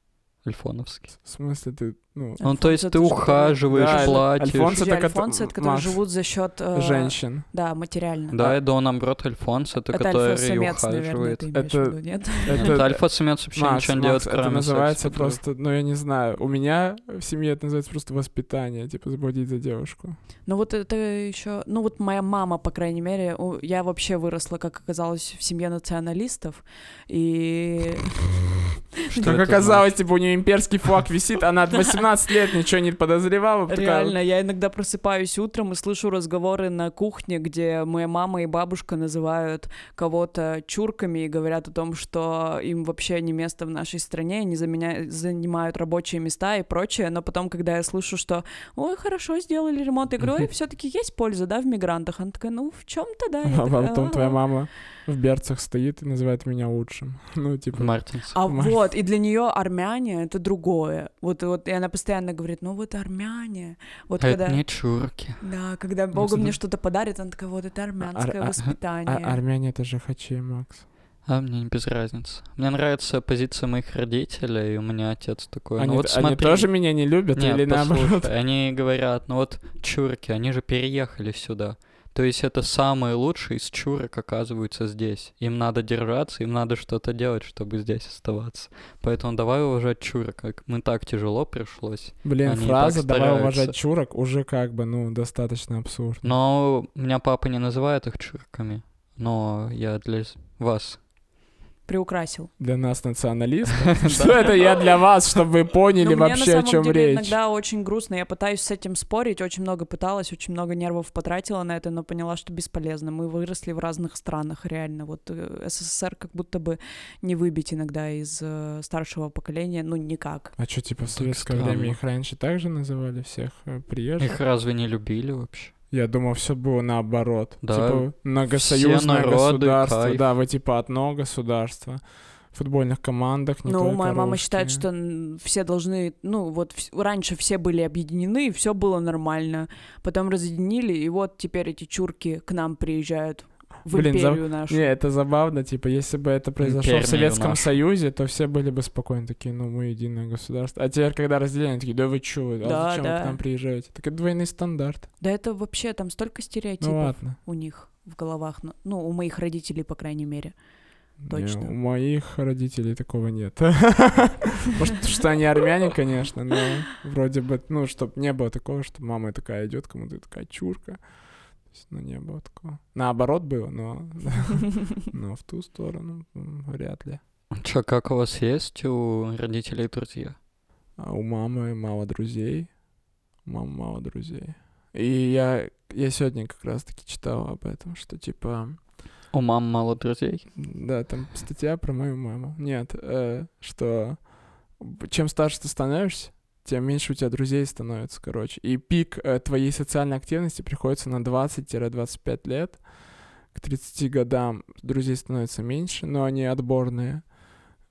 C: Альфоновски.
B: в смысле, ты, ну,
C: Ну, то есть
D: Альфонсо
C: ты
D: это же
C: ухаживаешь,
B: Да, это-
C: платишь.
B: Альфонсо
D: Друзья
B: это кото-
D: альфонсы, это которые
B: Макс,
D: живут за счет [laughs]
B: женщин.
D: Да, материально.
C: Да, и до наоборот, Альфонс, это,
D: это
C: который
D: альфа-самец, наверное,
C: ухаживает.
D: ты имеешь
B: Это-
D: в виду, нет?
C: Нет, альфа-самец Ну, вообще
B: Макс,
C: ничего не
B: Макс,
C: делает,
B: это
C: кроме
B: называется
C: секса, потому-
B: просто, ну, я не знаю, у меня в семье это называется просто воспитание, типа, заплатить за
D: [laughs]
B: девушку.
D: Ну вот это еще, ну вот моя мама, по крайней мере, у- я вообще выросла, как оказалось, в семье националистов, и
C: Что
B: Как
C: это
B: оказалось, типа, у нее имперский флаг висит, она от 18 лет ничего не подозревала. такая
D: реально я иногда просыпаюсь утром и слышу разговоры на кухне, где моя мама и бабушка называют кого-то чурками и говорят о том, что им вообще не место в нашей стране, они заменя- занимают рабочие места и прочее, но потом, когда я слышу, что «Ой, хорошо, сделали ремонт»,
B: [laughs]
D: я говорю «Ой, все-таки есть польза, да, в мигрантах?» Она такая «Ну, в чем-то, да». Я
B: А
D: такая,
B: потом твоя
D: «Ага».
B: мама в берцах стоит и называет меня лучшим. Ну,
C: вот?
B: типа,
C: Мартинс.
D: А
B: Понимаешь?
D: вот, и для нее армяне это другое. Вот, вот, и она постоянно говорит, ну вот армяне. Вот
C: А
D: когда,
C: Это не чурки.
D: да, когда
B: Ну,
D: Бога мне
B: смотри.
D: что-то подарит, она такая, вот это армянское
B: а- а-
D: воспитание.
B: а- армяне это же хачи, Макс.
C: А мне без разницы. Мне нравится позиция моих родителей, и у меня отец такой.
B: Они,
C: ну вот
B: они
C: смотри.
B: тоже меня не любят
C: Нет,
B: или наоборот? [laughs]
C: послушай, они говорят, ну вот чурки, они же переехали сюда. То есть это самые лучшие из чурок оказываются здесь. Им надо держаться, им надо что-то делать, чтобы здесь оставаться. Поэтому давай уважать чурок, как мы так тяжело пришлось.
B: Блин,
C: Они и
B: фраза
C: так
B: «давай
C: стараются.
B: уважать чурок» уже как бы, ну, достаточно абсурдно.
C: Но меня папа не называет их чурками. Но я для с- вас.
D: Приукрасил.
B: Для нас
C: [laughs]
B: националистов. Что это я для вас, чтобы вы
C: Ну,
B: поняли
D: Но Ну, мне на
B: вообще, о
D: самом
B: чем
D: деле
B: речь?
D: иногда очень грустно. Я пытаюсь с этим спорить, очень много пыталась, очень много нервов потратила на это, но поняла, что бесполезно. Мы выросли в разных странах, реально. Вот э, СССР как будто бы не выбить иногда из э, старшего поколения, ну никак.
B: А что, типа, в советское
C: странно.
B: время их раньше так же называли всех э, приезжих?
C: Их разве не любили вообще?
B: Я думал, все было наоборот.
C: Да.
B: Типа многосоюзное
C: народы,
B: государство.
C: кайф.
B: Да, вы типа одно государство. В футбольных командах не
D: ну,
B: только
D: моя мама считает,
B: русские.
D: что м, все должны, ну, вот вс- раньше все были объединены, и все было нормально. Потом разъединили, и вот теперь эти чурки к нам приезжают в
B: Блин, за-
D: империю нашу.
B: Не, это забавно, типа, если бы это произошло
C: Империю
B: в Советском
C: нашу.
B: Союзе, то все были бы спокойно такие, ну, мы единое государство. А теперь, когда разделение, такие, да вы чё, а
D: Да,
B: зачем вы
D: да.
B: к нам приезжаете? Так это двойный стандарт.
D: Да это вообще там столько стереотипов
B: Ну, ладно.
D: у них в головах, ну, ну, у моих родителей, по
B: [laughs]
D: крайней мере.
B: Не,
D: Точно.
B: у моих родителей такого нет. Может, что они армяне, конечно, но вроде бы, ну, чтобы не было такого, что мама такая идет кому-то и такая чурка. То есть, Ну, не было такого. Наоборот было, но, но в ту сторону м, вряд ли.
C: Чё, как у вас есть у родителей друзья?
B: А у мамы мало друзей. У мамы мало друзей. И я, я сегодня как раз-таки читал об этом, что типа...
C: У мам мало друзей?
B: Да, там статья про мою маму. Нет, э, что б- чем старше ты становишься, тем меньше у тебя друзей становится, короче. И пик э, твоей социальной активности приходится на 20-25 лет. К 30 годам друзей становится меньше, но они отборные.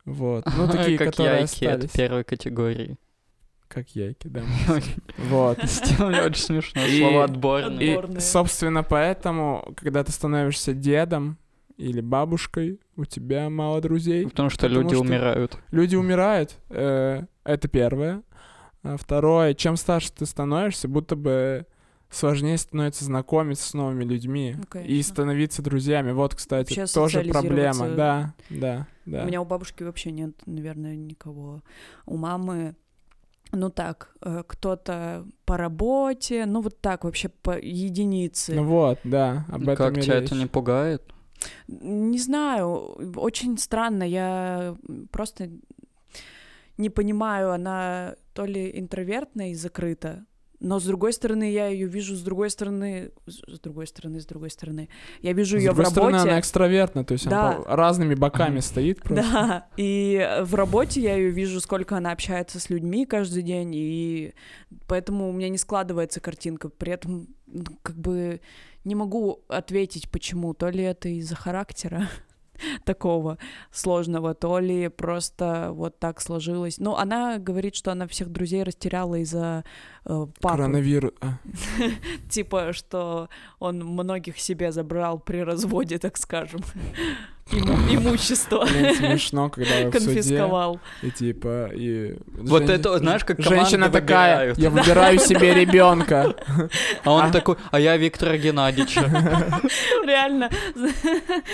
B: Вот.
C: [laughs]
B: Ну, такие,
C: как
B: которые
C: яйки от
B: остались.
C: первой категории.
B: Как яйки,
C: [laughs]
B: да. Вот.
C: Сделали очень смешное
B: И-
C: слово
D: и-
C: отборные.
D: Отборные.
B: И, собственно, поэтому, когда ты становишься дедом или бабушкой, у тебя мало друзей.
C: Потому что
B: потому
C: люди
B: что-
C: умирают.
B: Люди умирают, э, это первое. А Второе, чем старше ты становишься, будто бы сложнее становится знакомиться с новыми людьми
D: Ну,
B: и
D: конечно.
B: становиться друзьями. Вот, кстати,
D: Вообще
B: тоже проблема.
D: социализироваться.
B: Да, да, да.
D: У меня у бабушки вообще нет, наверное, никого. У мамы, ну так, э, кто-то по работе, ну вот так вообще по единицы.
B: Ну вот, да, об этом
C: Как
B: и
C: тебя
B: речь.
C: это не пугает?
D: Не знаю, очень странно, я просто не понимаю, она то ли интровертная и закрыта, Но с другой стороны, я ее вижу, с другой стороны, с с другой стороны, с другой стороны. Я вижу
B: С
D: ее в
B: другой стороны,
D: работе.
B: она экстравертна, то есть она
D: Да.
B: по- разными боками стоит просто.
D: Да, и э, в работе я ее вижу, сколько она общается с людьми каждый день, и поэтому у меня не складывается картинка. При этом ну, как бы не могу ответить, почему. То ли это из-за характера [laughs] такого сложного, то ли просто вот так сложилось. Ну, она говорит, что она всех друзей растеряла из-за э, папы.
B: Коронавирус. а,
D: Типа, что он многих себе забрал при разводе,
B: [laughs]
D: так скажем, Иму- имущество.
B: блин, смешно, когда вы в суде,
D: конфисковал.
B: и типа, и...
C: Вот
B: жен-
C: это, вот, знаешь, как команды
B: Женщина такая,
C: выбирают.
B: я выбираю
D: [laughs]
B: себе ребенка.
C: А он такой, а я Виктора Геннадьевича.
B: [laughs]
D: Реально,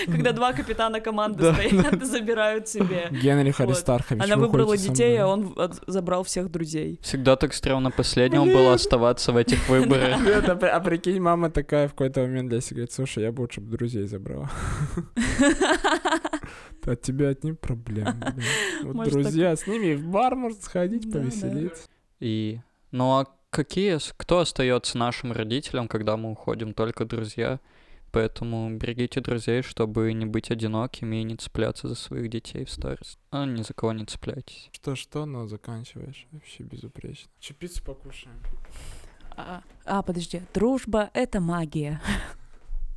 D: когда два капитана команды стоят и [laughs] забирают себе.
B: Генрих
D: Вот.
B: Аристархович.
D: Она
B: вы
D: выбрала
B: ходите со
D: детей,
B: [laughs]
D: а
B: мной.
D: он от- забрал
B: [laughs]
D: всех друзей.
C: Всегда так стрёмно последнему было оставаться в этих выборах.
B: Нет, а при- а прикинь, мама такая в какой-то момент для себя говорит, слушай, я бы лучше б друзей забрала. [laughs] От тебя одни проблемы.
D: [laughs]
B: блин. Вот
D: Может,
B: друзья, с ними и в бар может сходить,
D: Да, да.
B: повеселиться.
C: И, ну а какие, с- кто остается нашим родителям, когда мы уходим? Только друзья. Поэтому берегите друзей, чтобы не быть одинокими и не цепляться за своих детей в старости. А ни за кого не цепляйтесь.
B: Что-что, но заканчиваешь. Вообще безупречно. Чипицу покушаем.
D: А, подожди, дружба — это магия.